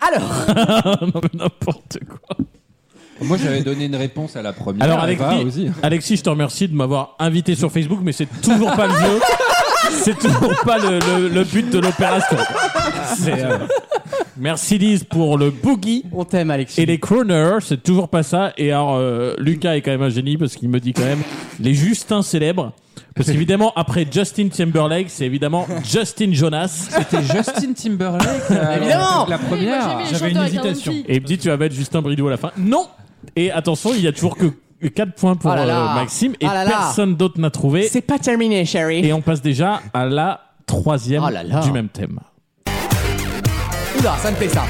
S2: Alors,
S3: Non, mais N'importe quoi.
S5: Moi, j'avais donné une réponse à la première.
S3: Alors
S5: elle Ah, va
S3: Alexis,
S5: aussi.
S3: Alexis, je te remercie de m'avoir invité sur Facebook, mais c'est toujours pas le jeu. C'est toujours pas le, le- le but de l'opération. C'est, euh, Merci Lise pour le boogie.
S2: on t'aime Alexis.
S3: Et les crooners, c'est toujours pas ça. Et alors, euh, Lucas est quand même un génie parce qu'il me dit quand même les Justins célèbres. Parce qu'évidemment, après Justin Timberlake, c'est évidemment Justin Jonas.
S5: C'était Justin Timberlake. euh,
S2: Évidemment.
S5: La
S4: Oui, moi,
S5: première.
S4: j'aimais les
S6: J'avais
S4: chanteurs avec
S6: une
S4: un nom de
S6: hésitation.
S4: fille.
S3: Et il me dit, tu vas mettre Justin Bridoux à la fin. Non Et attention, il y a toujours que 4 points pour
S2: Ah là là.
S3: euh, Maxime et
S2: Ah là là.
S3: personne d'autre n'a trouvé.
S2: C'est pas terminé, Sherry.
S3: Et on passe déjà à la troisième
S2: Ah là là.
S3: du même thème.
S2: Oula, ça me fait ça.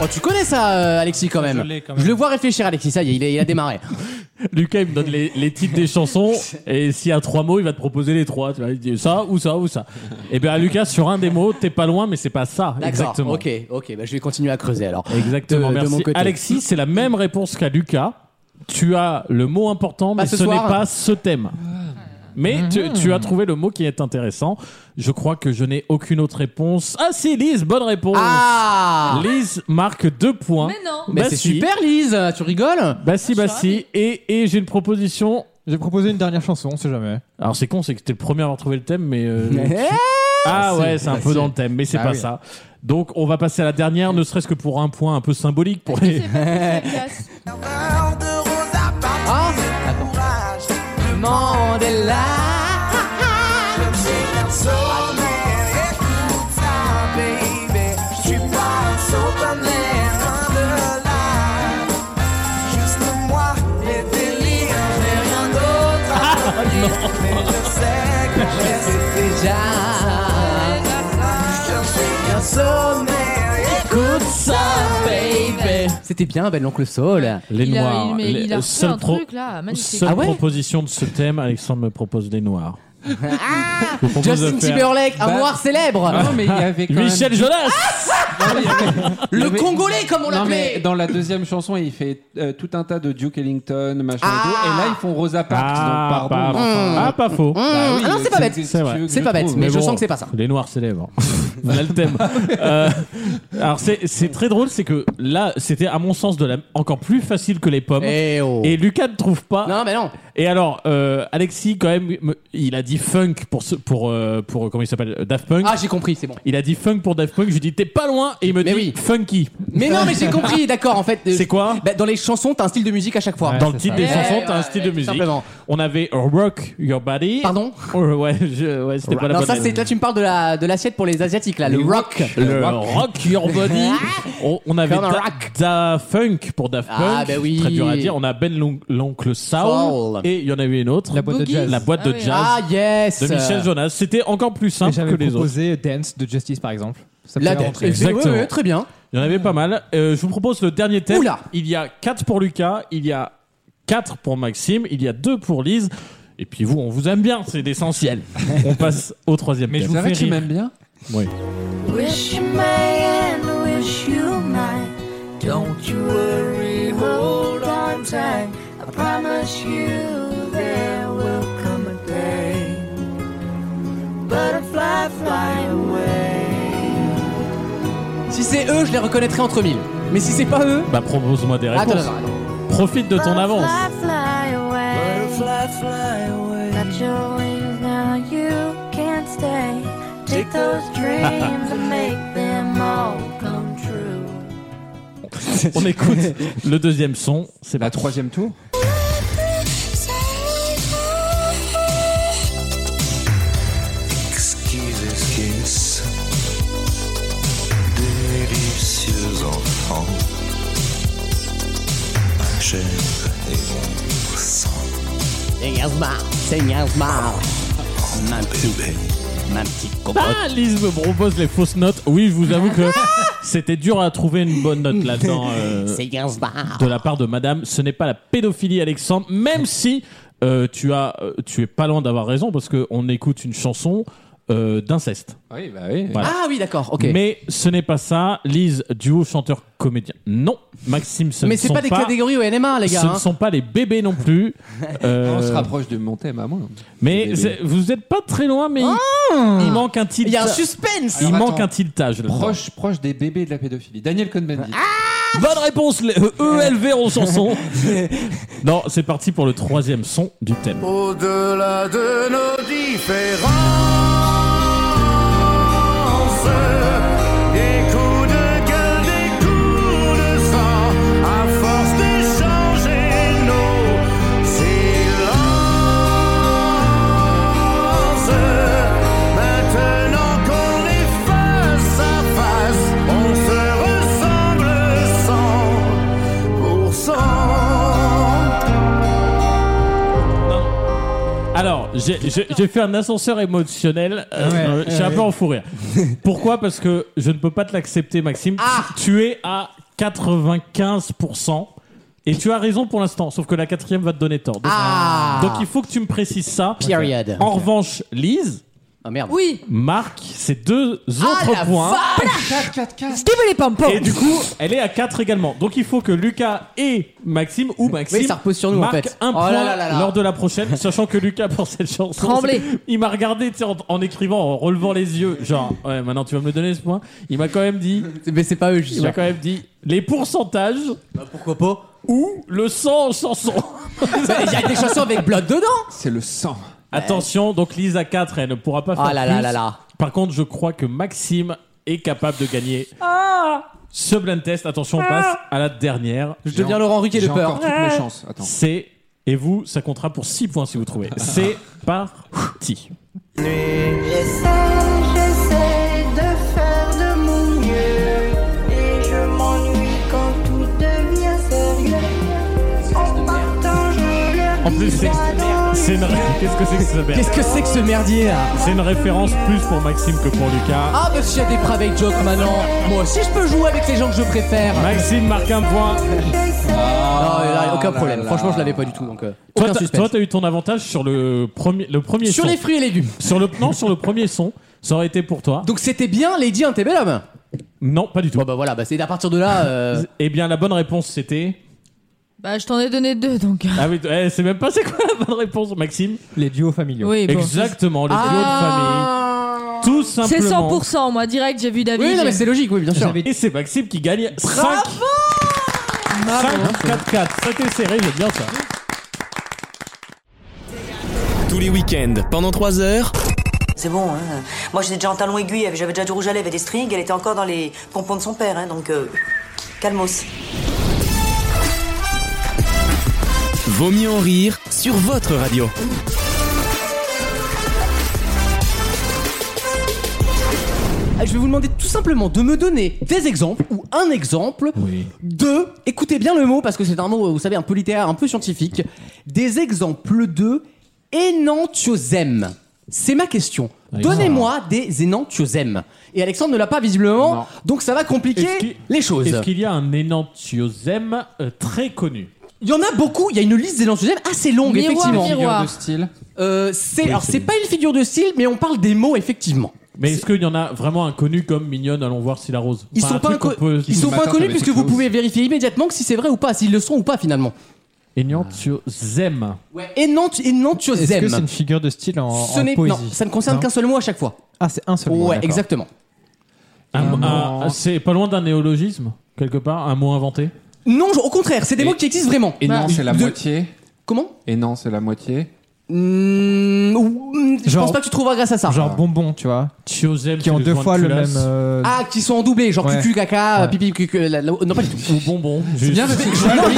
S2: Oh, tu connais ça, euh, Alexis, quand même.
S6: je l'ai, quand même.
S2: Oh, euh, le vois réfléchir, Alexis. Ça y est, il a, il a démarré.
S3: Lucas, il me donne les, les titres des chansons et s'il y a trois mots, il va te proposer les trois. Tu vois, il dit ça ou ça ou ça. Et bien, Lucas, sur un des mots, t'es pas loin, mais c'est pas ça.
S2: D'accord.
S3: Exactement.
S2: Ok, ok. Bah, je vais continuer à creuser alors.
S3: Exactement.
S2: De- de
S3: merci.
S2: mon côté.
S3: Alexis, c'est la même réponse qu'à Lucas. Tu as le mot important, mais
S2: Pas ce
S3: ce n'est
S2: soir.
S3: pas ce thème. Mais tu, tu as trouvé le mot qui est intéressant. Je crois que je n'ai aucune autre réponse. Ah si, Lise, bonne réponse.
S2: Ah
S3: Lise marque deux points.
S4: Mais non.
S2: Mais
S3: Bah
S2: c'est
S3: si.
S2: super, Lise. Tu rigoles
S3: Bah si, bah si. Et, et j'ai une proposition.
S7: J'ai proposé une dernière chanson, on sait jamais.
S3: Alors c'est con, c'est que t'es le premier à avoir trouvé le thème, mais... euh,
S2: Eh
S3: Ah
S2: Facile,
S3: ouais, c'est un peu
S2: facile.
S3: dans le thème, mais c'est
S2: Ah
S3: pas
S2: oui.
S3: ça. Donc on va passer à la dernière, ne serait-ce que pour un point un peu symbolique pour les...
S4: C'est pas très classe.
S2: Ah
S3: Mmh.
S2: Mandela C'était bien, eh ben l'oncle Saul.
S3: Les
S4: il
S3: noirs.
S4: A, mais
S3: les-
S4: il a
S3: seule
S4: fait un
S3: pro-
S4: truc là, magnifique.
S3: Seule
S2: Ah ouais
S3: proposition de ce thème, Alexandre me propose les noirs.
S4: Ah
S3: Je vous propose
S2: Justin
S3: de faire- Bah. Ah.
S2: Timberlake, un noir célèbre.
S5: Ah Non, mais il y avait quand
S3: Michel
S5: même... Ah
S3: Jonas
S5: il y
S2: Le
S5: avait-
S2: Congolais, comme on
S5: Non,
S2: l'appelait.
S5: mais dans la deuxième chanson, il fait euh, tout un tas de Duke Ellington, machin
S2: Ah.
S5: et tout. Et là, ils font Rosa Parks.
S3: ah,
S5: donc, pardon.
S3: pas, ah, pas faux.
S5: Bah oui,
S2: Ah non, c'est pas bête.
S5: qu'est-ce
S3: C'est
S5: que
S3: vrai.
S5: tu veux que
S2: C'est
S5: je
S2: pas bête,
S5: trouve
S2: mais- je
S3: bon,
S2: sens que c'est pas ça.
S3: Les noirs célèbres. On a le thème. Euh, alors c'est c'est très drôle, c'est que là, c'était à mon sens de la, encore plus facile que les pommes. Et,
S2: Eh oh.
S3: Lucas ne trouve pas.
S2: Non, mais non.
S3: Et alors, euh, Alexis, quand même, me- il a dit funk pour, ce- pour, euh, pour comment il s'appelle euh, Daft Punk.
S2: Ah, j'ai compris, c'est bon.
S3: il a dit funk pour Daft Punk. Je lui dis, t'es pas loin. Et il me
S2: Mais
S3: dit,
S2: oui.
S3: funky.
S2: Mais non, mais j'ai compris, d'accord, en fait. euh,
S3: C'est quoi
S2: bah, Dans les chansons, t'as un style de musique à chaque fois.
S3: Dans le titre des
S2: Ouais,
S3: chansons,
S2: ouais,
S3: t'as un
S2: ouais,
S3: style
S2: ouais,
S3: de
S2: tout
S3: musique.
S2: simplement.
S3: On avait Rock Your Body.
S2: Pardon
S3: Oh, ouais, je- ouais, c'était pas la
S2: Non,
S3: bonne
S2: ça, c'est là, tu me parles de la- de l'assiette pour les Asiatiques, là, le rock.
S3: le rock, your body. on, on avait
S2: Comme un
S3: da,
S2: rock.
S3: Da Funk pour Daft Punk.
S2: Ah, bah oui.
S3: Très dur à dire. On a Ben Long- l'oncle Saul.
S2: Saul.
S3: Et il y en avait une autre. La
S7: boîte de Boogie. jazz.
S3: La boîte
S4: Ah
S3: de
S4: oui.
S3: jazz
S2: Ah, yes.
S3: de Michel Jonas. C'était encore plus
S7: Et
S3: simple que
S7: J'avais
S3: les autres.
S7: proposé Dance de Justice par exemple. Ça
S2: La
S7: pouvait
S2: dette.
S7: rentrer.
S3: Exactement.
S2: Ouais, ouais, très bien.
S3: Il y en avait pas mal. Euh, je vous propose le dernier thème.
S2: Oula.
S3: Il y a 4 pour Lucas, il y a 4 pour Maxime, il y a 2 pour Lise. Et puis vous, on vous aime bien, c'est l'essentiel. on passe au troisième
S6: Mais
S3: thème.
S6: je vous
S5: C'est vrai
S6: fais
S5: que tu
S6: rire.
S5: m'aimes bien
S3: Oui.
S9: Wish you may and wish you might. Don't you worry, hold on tight. I promise you there will come a day. Butterfly, fly away.
S2: Si c'est eux, je les reconnaîtrai entre mille. Mais si c'est pas eux. Ah,
S3: Bah propose-moi des réponses.
S2: Attends, attends, attends.
S3: Profite de ton avance.
S9: Butterfly, fly away. Butterfly, fly away. Got your wings now, you can't stay. Take those dreams and make them all come true.
S3: On écoute le deuxième son. C'est
S5: La
S3: la
S5: troisième tour
S10: Exquise esquisse, délicieux enfant, ma chair et mon sang,
S2: Seigneur Smart, Seigneur Smart,
S10: mon bébé.
S2: ma petite cocotte.
S3: Ah, Lise me propose les fausses notes. Oui, je vous avoue que c'était dur à trouver une bonne note là-dedans. euh,
S2: Seigneur Smart.
S3: de la part de madame. Ce n'est pas la pédophilie, Alexandre, même si euh, tu, as, euh, tu es pas loin d'avoir raison parce qu'on écoute une chanson euh, d'inceste.
S5: Oui, bah oui.
S3: Voilà.
S2: Ah oui, d'accord, ok. Mais,
S3: Mais ce n'est pas ça. Lise, duo chanteur-comédien. Non. Maxime, ce ne
S2: c'est
S3: sont
S2: pas des catégories au NMA, les
S3: Ce
S2: gars.
S3: ne
S2: hein.
S3: sont pas les bébés non plus. Euh,
S5: On se rapproche de mon thème à moi.
S3: mais
S5: Bébé.
S3: c'est- vous n'êtes pas très loin, mais il- il manque un tilt.
S2: Oh Il y a un suspense.
S3: Il
S5: Alors,
S3: manque
S5: attends.
S3: un tiltage. là-dedans.
S5: Proche, Ah. proche des bébés de la pédophilie. Daniel Cohn-Bendit.
S3: Bonne réponse, les euh, E ELV en chanson. non, c'est parti pour le troisième son du thème.
S10: Au-delà de nos différences, des coups de gueule, des coups de sang, à force d'échanger nos silences. Maintenant qu'on est face à face, on se ressemble cent pour cent.
S3: Alors, j'ai- j'ai j'ai fait un ascenseur émotionnel. Euh, euh, je suis un peu en fou rire. Pourquoi Parce que Ah. je ne peux pas te l'accepter, Maxime.
S2: Ah
S3: tu es à 95%. Et tu as raison pour l'instant, sauf que la quatrième va te donner tort. Donc,
S2: Ah.
S3: donc il faut que tu me précises ça.
S2: Period.
S3: En revanche, Lise
S2: Ah merde.
S4: Oui.
S3: marque ses deux autres
S2: Ah, la
S3: points.
S4: Steve les pompons.
S3: Et du coup, elle est à 4 également. Donc il faut que Lucas et Maxime, ou Maxime,
S2: Oui, ça repose sur nous, en
S3: marquent
S2: fait.
S3: un
S2: Oh
S3: point
S2: là là là là.
S3: lors de la prochaine, sachant que Lucas, pour cette chanson,
S4: Tremblay.
S3: c'est- il m'a regardé tu sais, en, en écrivant, en relevant les yeux, genre, ouais, maintenant tu vas me le donner ce point. Il m'a quand même dit,
S2: Mais c'est pas eux, je suis
S3: il m'a
S2: sûr.
S3: quand même dit, les pourcentages. Bah, pourquoi pas Ou le sang en chanson.
S2: Bah, Il y a des chansons avec Blood dedans.
S5: C'est le sang.
S3: Attention, donc Lise à 4, elle ne pourra pas faire
S2: Ah là là
S3: plus.
S2: là là.
S3: Par contre, je crois que Maxime est capable de gagner
S2: Ah.
S3: ce blind test. Attention, on passe à la dernière.
S2: Je deviens Laurent Ruquier de
S5: J'ai
S2: peur.
S5: encore toutes mes chances. Attends.
S3: C'est, et vous, ça comptera pour 6 points si vous trouvez. C'est parti.
S9: J'essaie, j'essaie de faire de mon mieux Et je m'ennuie quand tout devient sérieux En partant je leur
S3: En plus,
S9: dis
S3: c'est,
S9: pas dans
S3: c'est une, qu'est-ce que c'est que ce merde
S2: Qu'est-ce que c'est que ce merdier là
S3: C'est une référence plus pour Maxime que pour Lucas.
S2: Ah, bah si y a des private jokes maintenant, moi aussi je peux jouer avec les gens que je préfère.
S3: Maxime marque un point.
S2: Non, là,
S5: Ah
S2: aucun
S5: là
S2: problème.
S5: là
S2: Franchement, je l'avais
S5: là
S2: pas du tout, donc euh,
S3: Toi,
S2: aucun
S3: t'as,
S2: suspense.
S3: toi, t'as eu ton avantage sur le premier, le premier
S2: Sur
S3: son.
S2: les fruits et légumes.
S3: Sur le, non, sur le premier son, ça aurait été pour toi.
S2: Donc c'était bien Lady Antebellum.
S3: Non, pas du tout.
S2: Bon bah voilà, bah c'est à partir de là. euh,
S3: Eh bien, la bonne réponse, c'était.
S4: Bah, je t'en ai donné deux donc. euh,
S3: Ah oui, eh, c'est même pas c'est quoi la bonne réponse, Maxime
S7: Les duos familiaux.
S2: Eh
S4: Oui,
S2: ben,
S4: bon.
S3: Exactement, les duos
S2: Ah.
S3: de famille. Tout
S4: C'est
S3: simplement.
S4: 100%, moi direct, j'ai vu David.
S2: Oui, non mais c'est logique, oui bien sûr.
S3: Et c'est Maxime qui gagne 5 5 4 4 C'était serré, j'aime bien ça.
S1: Tous les week-ends, pendant 3 heures,
S11: C'est bon, hein. Moi, j'étais déjà en talon aiguille, j'avais déjà du rouge à lèvres et des strings, elle était encore dans les pompons de son père, hein, donc euh, calmos.
S1: Vaut mieux en rire sur votre radio.
S2: Ah, Je vais vous demander tout simplement de me donner des exemples ou un exemple de, écoutez bien le mot parce que c'est un mot, euh, vous savez, un peu littéraire, un peu scientifique, des exemples de énantiosèmes. C'est ma question. Donnez-moi
S3: Ah.
S2: des énantiosèmes. Et Alexandre ne l'a pas visiblement,
S5: Non.
S2: donc ça va
S3: Est-ce qu'il-
S2: compliquer les choses.
S3: Est-ce qu'il y a un énantiosème euh, très connu
S2: Il y en a beaucoup, il y a une liste d'énantiosèmes assez longue,
S4: Miroir,
S2: effectivement.
S4: miroir.
S5: Figure
S4: Ouah.
S5: de style.
S2: Euh, c'est, alors, c'est pas une figure de style, mais on parle des mots, effectivement.
S3: Mais est-ce qu'il y en a vraiment un connu comme Mignonne, allons voir si la rose
S2: Ils
S3: Enfin,
S2: sont
S3: un
S2: pas,
S3: truc qu'on
S2: inco-
S3: peut-
S2: ils sont
S5: Ce
S2: pas
S5: matin,
S2: inconnus
S5: t'avais
S2: puisque
S5: quelque
S2: vous
S5: chose.
S2: pouvez vérifier immédiatement que si c'est vrai ou pas, s'ils le sont ou pas finalement.
S3: Énantiosème.
S2: Ouais. Énant-
S7: Est-ce que c'est
S2: énantiosème.
S7: une figure de style en,
S2: Ce
S7: en
S2: n'est-
S7: poésie
S2: non, ça ne concerne
S7: Non
S2: qu'un seul mot à chaque fois.
S7: Ah, c'est un seul mot,
S2: ouais,
S7: d'accord.
S2: exactement. Ah
S3: Un-
S7: non.
S3: un- C'est pas loin d'un néologisme, quelque part, un mot inventé
S2: Non, je- au contraire, c'est des
S5: Et-
S2: mots qui existent vraiment.
S5: Et non,
S4: Bah,
S5: c'est la
S2: de-
S5: moitié.
S2: Comment
S5: Et non, c'est la moitié.
S2: Mmh, ou- mmh, Je
S7: Genre-
S2: pense pas que tu trouveras grâce à ça.
S7: Genre bonbon, tu vois,
S3: Tiosème,
S7: qui ont deux fois le même. euh,
S2: Ah, qui sont en doublé, genre
S7: Ouais.
S2: cucu, caca,
S7: Ouais.
S2: pipi, cucu, la- la- non pas du tout.
S3: Ou bonbon. juste.
S5: Bien, parce que tu vois, lui,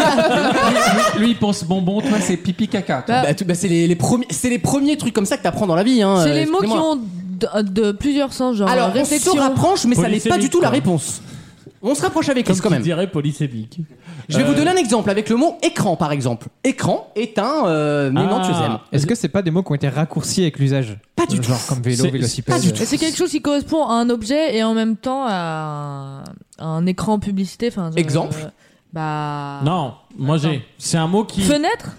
S5: lui- lui, il pense bonbon, toi, c'est pipi caca. toi.
S4: Bah,
S2: Bah, tu- bah, c'est les, les premiers, c'est les premiers trucs comme ça que t'apprends dans la vie. Hein,
S4: C'est
S2: euh,
S4: les mots qui
S2: excusez-moi.
S4: ont de, euh, de plusieurs sens, genre euh,
S2: Alors, on
S4: réflexion.
S2: se rapproche, mais ça n'est pas
S3: Polysémique,
S2: du tout la
S3: quoi.
S2: réponse. On se rapproche avec
S3: Comme
S2: Chris quand même.
S3: tu dirais polysémique.
S2: Je vais
S3: Euh,
S2: vous donner un exemple avec le mot écran par exemple. Écran est un euh,
S3: Ah.
S2: énantiosème.
S7: Est-ce que c'est pas des mots qui ont été raccourcis avec l'usage
S2: Pas du
S7: Genre comme vélo,
S3: C'est-
S7: vélocipède.
S2: pas du tout.
S4: Et c'est quelque chose qui correspond à un objet et en même temps à un, à un écran publicité. Enfin, je-
S2: Exemple
S4: Bah.
S3: Ah. Non, moi j'ai. C'est un mot qui.
S4: Fenêtre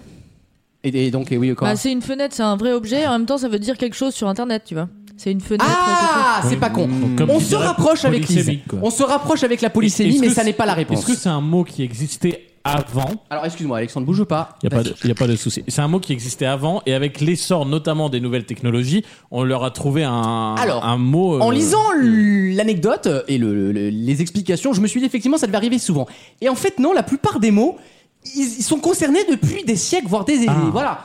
S2: Et, et donc, et oui, quoi.
S4: Bah, c'est une fenêtre, c'est un vrai objet. En même temps, ça veut dire quelque chose sur internet, tu vois. C'est une fenêtre.
S2: ah, c'est
S3: Oui.
S2: pas con.
S3: Comme
S2: On
S3: tu
S2: se
S3: dirais
S2: rapproche avec Lise.
S3: polysémique, quoi.
S2: On se rapproche avec la polysémie,
S3: Est-ce
S2: mais
S3: que
S2: ça
S3: c'est-
S2: n'est pas la réponse.
S3: Est-ce que c'est un mot qui existait avant
S2: Alors, excuse-moi, Alexandre, bouge pas.
S3: Il n'y a, pas de- y a pas de souci. C'est un mot qui existait avant et avec l'essor notamment des nouvelles technologies, on leur a trouvé un,
S2: Alors,
S3: un mot. euh,
S2: En lisant l'anecdote et le- le- les explications, je me suis dit effectivement ça devait arriver souvent. Et en fait non, la plupart des mots, ils, ils sont concernés depuis des siècles, voire des
S3: Ah.
S2: voilà.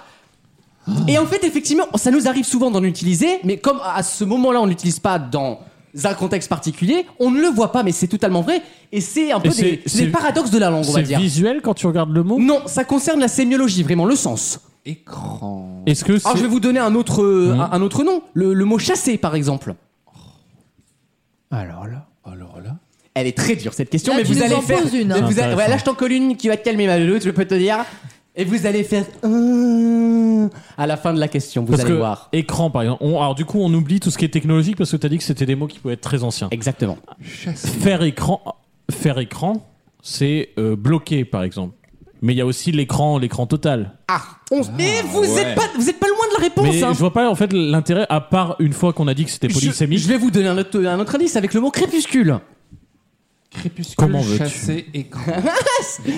S2: Et en fait effectivement, ça nous arrive souvent d'en utiliser, mais comme à ce moment-là on n'utilise pas dans un contexte particulier, on ne le voit pas, mais c'est totalement vrai. Et c'est un peu
S3: c'est-
S2: des,
S3: c'est-
S2: des paradoxes de la langue, on
S3: C'est
S2: va dire.
S3: visuel quand tu regardes le mot
S2: Non, ça concerne la sémiologie, vraiment le sens.
S5: Écran.
S3: Est-ce que c'est.
S2: Alors Ah, je vais vous donner un autre, euh,
S3: Mhm.
S2: un, un autre nom, le, le mot chasser par exemple.
S7: Alors là.
S5: Alors là.
S2: Elle est très dure cette question,
S4: Là,
S2: mais
S4: tu
S2: vous
S4: nous
S2: allez
S4: en
S2: faire.
S4: poses une, hein.
S2: mais vous allez-
S3: Intéressant.
S2: ouais, là, je t'en colle une qui va te calmer ma louloute, je peux te dire. Et vous allez faire euh, à la fin de la question. Vous
S3: parce
S2: allez
S3: que
S2: voir.
S3: écran par exemple. On- alors du coup, on oublie tout ce qui est technologique parce que tu as dit que c'était des mots qui pouvaient être très anciens.
S2: Exactement.
S5: Chasse.
S3: Faire écran, faire écran, c'est euh, bloquer par exemple. mais il y a aussi l'écran, l'écran total.
S2: Ah, on- mais vous
S3: ouais.
S2: êtes pas, vous êtes pas loin de la réponse.
S3: mais
S2: hein.
S3: je vois pas en fait l'intérêt à part une fois qu'on a dit que c'était polysémique.
S2: Je vais vous donner un autre, un autre indice avec le mot crépuscule.
S3: Comment veux-tu
S5: Chasser écran.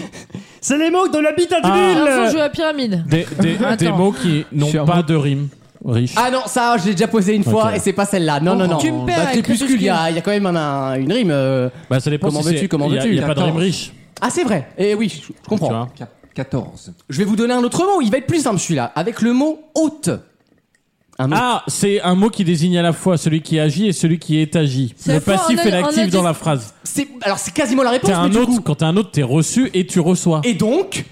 S2: C'est les mots de l'habitat
S3: Ah.
S2: de
S4: Ils
S2: l'île.
S4: sont joués à pyramide.
S3: des, des-
S4: Attends.
S3: des mots qui n'ont
S7: Sur
S3: pas de rime riche.
S2: Ah non, ça, je l'ai déjà posé une fois
S3: Ok.
S2: et c'est pas celle-là. Non, non,
S5: Oh,
S2: non.
S4: Tu me perds
S2: Bah,
S4: avec
S2: crépuscule, il y, a il y a quand même un- un- une rime. euh.
S3: bah ça dépend
S2: Comment
S3: si
S2: veux-tu,
S3: c'est-
S2: comment
S3: il y a-
S2: veux-tu
S3: Il n'y a pas de rime
S5: D'accord.
S3: riche.
S2: Ah, c'est vrai. Et oui, je- je
S3: Tu
S2: comprends.
S3: vois.
S5: Qu- 14.
S2: Je vais vous donner un autre mot. Il va être plus simple celui-là. Avec le mot hôte. Un mot.
S3: Ah, c'est un mot qui désigne à la fois celui qui agit et celui qui est agi.
S4: C'est
S3: Le
S4: à la fois
S3: passif
S4: un
S3: et
S4: ad- un
S3: l'actif
S4: adjectif.
S3: dans la phrase.
S2: C'est- Alors, c'est quasiment la réponse.
S3: T'es
S2: Mais
S3: un
S2: du
S3: autre,
S2: coup-
S3: quand t'es un autre, t'es reçu et tu reçois.
S2: Et donc,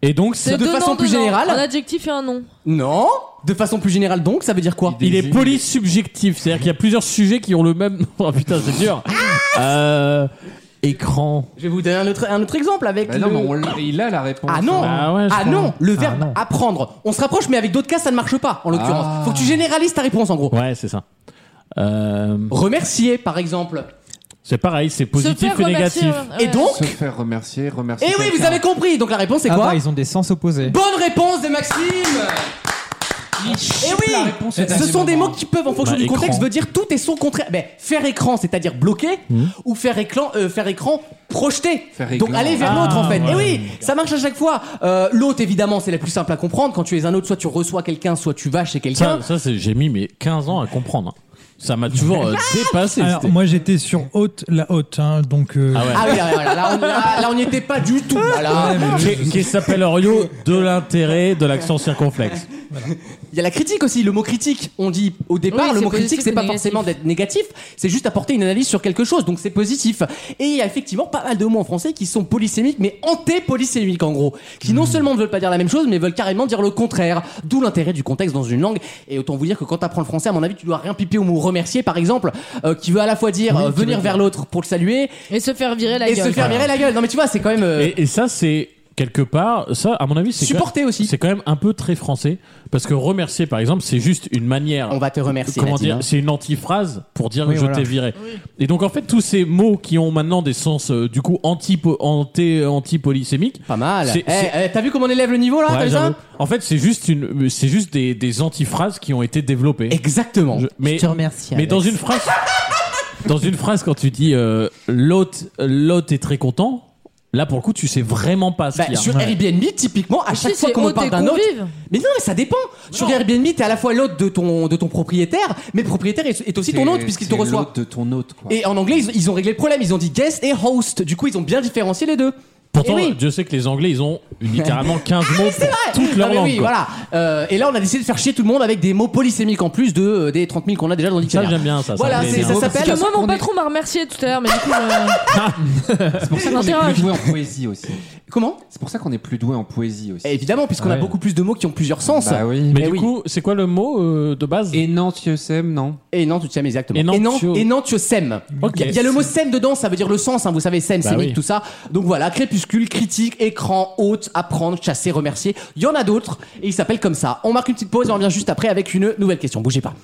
S3: Et donc, ça-
S4: C'est
S2: de
S4: deux
S2: façon
S4: noms,
S2: plus
S4: deux noms.
S2: générale-
S4: Un adjectif et un nom.
S2: non. De façon plus générale, donc, ça veut dire quoi
S3: il est polysubjectif, c'est-à-dire qu'il y a plusieurs sujets qui ont le même. Oh putain, c'est dur.
S2: Ah.
S3: Euh, écran.
S2: Je vais vous donner un autre, un autre exemple avec
S5: Bah non,
S2: le-
S5: mais on l'a- il a la réponse.
S2: Ah non
S3: Ah ouais, je crois.
S2: non Le
S3: Ah
S2: verbe
S3: non.
S2: apprendre. On se rapproche, mais avec d'autres cas, ça ne marche pas, en l'occurrence.
S5: Ah.
S2: Faut que tu généralises ta réponse, en gros.
S3: Ouais, c'est ça. Euh,
S2: Remercier, par exemple.
S3: c'est pareil, c'est positif et négatif.
S2: Et donc
S5: Se faire remercier, remercier.
S2: Et Eh oui, vous
S5: quelqu'un.
S2: avez compris Donc la réponse, c'est
S7: Ah
S2: quoi
S7: bah, ils ont des sens opposés.
S2: Bonne réponse de Maxime Et oui
S5: la réponse au
S2: Ce
S5: dernier
S2: sont des
S5: moment.
S2: mots qui peuvent, en fonction
S3: Bah,
S2: du
S3: écran.
S2: contexte, veut dire tout et son contraire. Mais faire écran, c'est-à-dire bloquer,
S3: Hmm.
S2: ou faire écran, euh, faire écran projeté.
S5: Faire
S2: Donc
S5: écran.
S2: aller vers
S3: Ah,
S2: l'autre, en fait. Et
S3: ouais.
S2: oui, ça marche à chaque fois. Euh, l'autre, évidemment, c'est la plus simple à comprendre. Quand tu es un autre, soit tu reçois quelqu'un, soit tu vas chez quelqu'un.
S3: Ça, ça, c'est- j'ai mis mes 15 ans à comprendre. hein. Ça m'a toujours euh, dépassé.
S6: Alors,
S3: c'était-
S6: moi, j'étais sur haute, la haute, hein, donc. euh,
S3: Ah ouais.
S2: Ah oui, là, là, là, on- là, là, on n'y était pas du tout. là, là.
S6: ouais, mais je-
S3: Qui, qui s'appelle Orio de l'intérêt de l'accent circonflexe.
S2: Il y a la critique aussi, le mot critique. On dit au départ,
S4: Oui,
S2: le
S4: c'est
S2: mot critique,
S4: positif
S2: c'est
S4: ou
S2: pas
S4: négatif.
S2: forcément d'être négatif, c'est juste apporter une analyse sur quelque chose, donc c'est positif. Et il y a effectivement pas mal de mots en français qui sont polysémiques, mais anté-polysémiques en gros, qui
S3: Hmm.
S2: non seulement ne veulent pas dire la même chose, mais veulent carrément dire le contraire. D'où l'intérêt du contexte dans une langue. Et autant vous dire que quand t'apprends le français, à mon avis, tu dois rien piper au mot remercier, par exemple, euh, qui veut à la fois dire euh, venir vers l'autre pour le saluer
S4: Et se faire virer la
S2: et
S4: gueule.
S2: se faire virer la gueule. Non mais tu vois, c'est quand même euh,
S3: Et, et ça, c'est quelque part, ça, à mon avis, c'est quand-
S2: supporter aussi.
S3: C'est quand même un peu très français parce que remercier, par exemple, c'est juste une manière.
S2: On va te remercier.
S3: Comment
S2: Nadine,
S3: dire
S2: hein.
S3: C'est une antiphrase pour dire
S7: Oui,
S3: je
S7: voilà.
S3: t'ai viré. Et donc en fait tous ces mots qui ont maintenant des sens euh, du coup anti anti polysémiques.
S2: Pas mal.
S3: C'est-
S2: Eh,
S3: c'est-
S2: eh, T'as vu comment on élève le niveau là T'as vu ça
S3: en fait c'est juste une c'est juste des, des antiphrases qui ont été développées.
S2: Exactement.
S3: Je- mais
S2: remercie.
S3: mais dans une phrase dans une phrase quand tu dis euh, l'hôte l'hôte est très content. Là pour le coup tu sais vraiment pas ce
S2: Bah,
S3: qu'il y a.
S2: sur Airbnb, typiquement, à chaque fois qu'on me parle d'un autre. Mais non, mais ça dépend. Sur Airbnb, t'es à la fois l'hôte de ton, de ton propriétaire, mais le propriétaire est, est aussi ton
S5: C'est-
S2: hôte puisqu'il te
S5: c'est
S2: reçoit.
S5: l'hôte de ton hôte, quoi.
S2: Et en anglais, ils, ils ont réglé le problème. Ils ont dit guest et host. Du coup, ils ont bien différencié les deux.
S3: Pourtant
S2: Eh oui.
S3: je sais que les Anglais ils ont littéralement 15 mots pour toute
S2: Non,
S3: leur
S2: Ah, mais
S3: langue.
S2: oui,
S3: quoi.
S2: voilà. Euh, et là, on a décidé de faire chier tout le monde avec des mots polysémiques en plus de, euh, des 30 000 qu'on a déjà dans le
S3: Ça
S2: dictionnaire.
S3: j'aime bien ça.
S2: voilà,
S3: me plaît
S2: c'est-
S3: bien.
S2: ça s'appelle.
S4: Parce que moi, mon patron m'a remercié tout à l'heure, mais du coup, euh,
S5: C'est pour ça qu'on est
S4: Interroge.
S5: plus doué en poésie aussi.
S2: Comment
S5: C'est pour ça qu'on est plus doué en poésie aussi.
S2: Eh, Évidemment, puisqu'on
S7: Ah
S2: a
S7: ouais.
S2: beaucoup plus de mots qui ont plusieurs sens.
S5: Bah oui.
S3: Mais
S2: Eh
S3: du
S2: oui.
S3: coup, c'est quoi le mot euh, de base
S5: Et non, tu sais, non.
S2: Et non, tu te sèmes exactement.
S3: Énantio-
S2: Et non, tu sèmes.
S3: Ok.
S2: Il y, a- il y a le mot sème dedans, ça veut dire le sens, hein, vous savez, sème,
S3: Bah
S2: sémique,
S3: oui.
S2: tout ça. Donc voilà, crépuscule, critique, écran, haute, apprendre, chasser, remercier. Il y en a d'autres et ils s'appellent comme ça. On marque une petite pause et on revient juste après avec une nouvelle question. Bougez pas.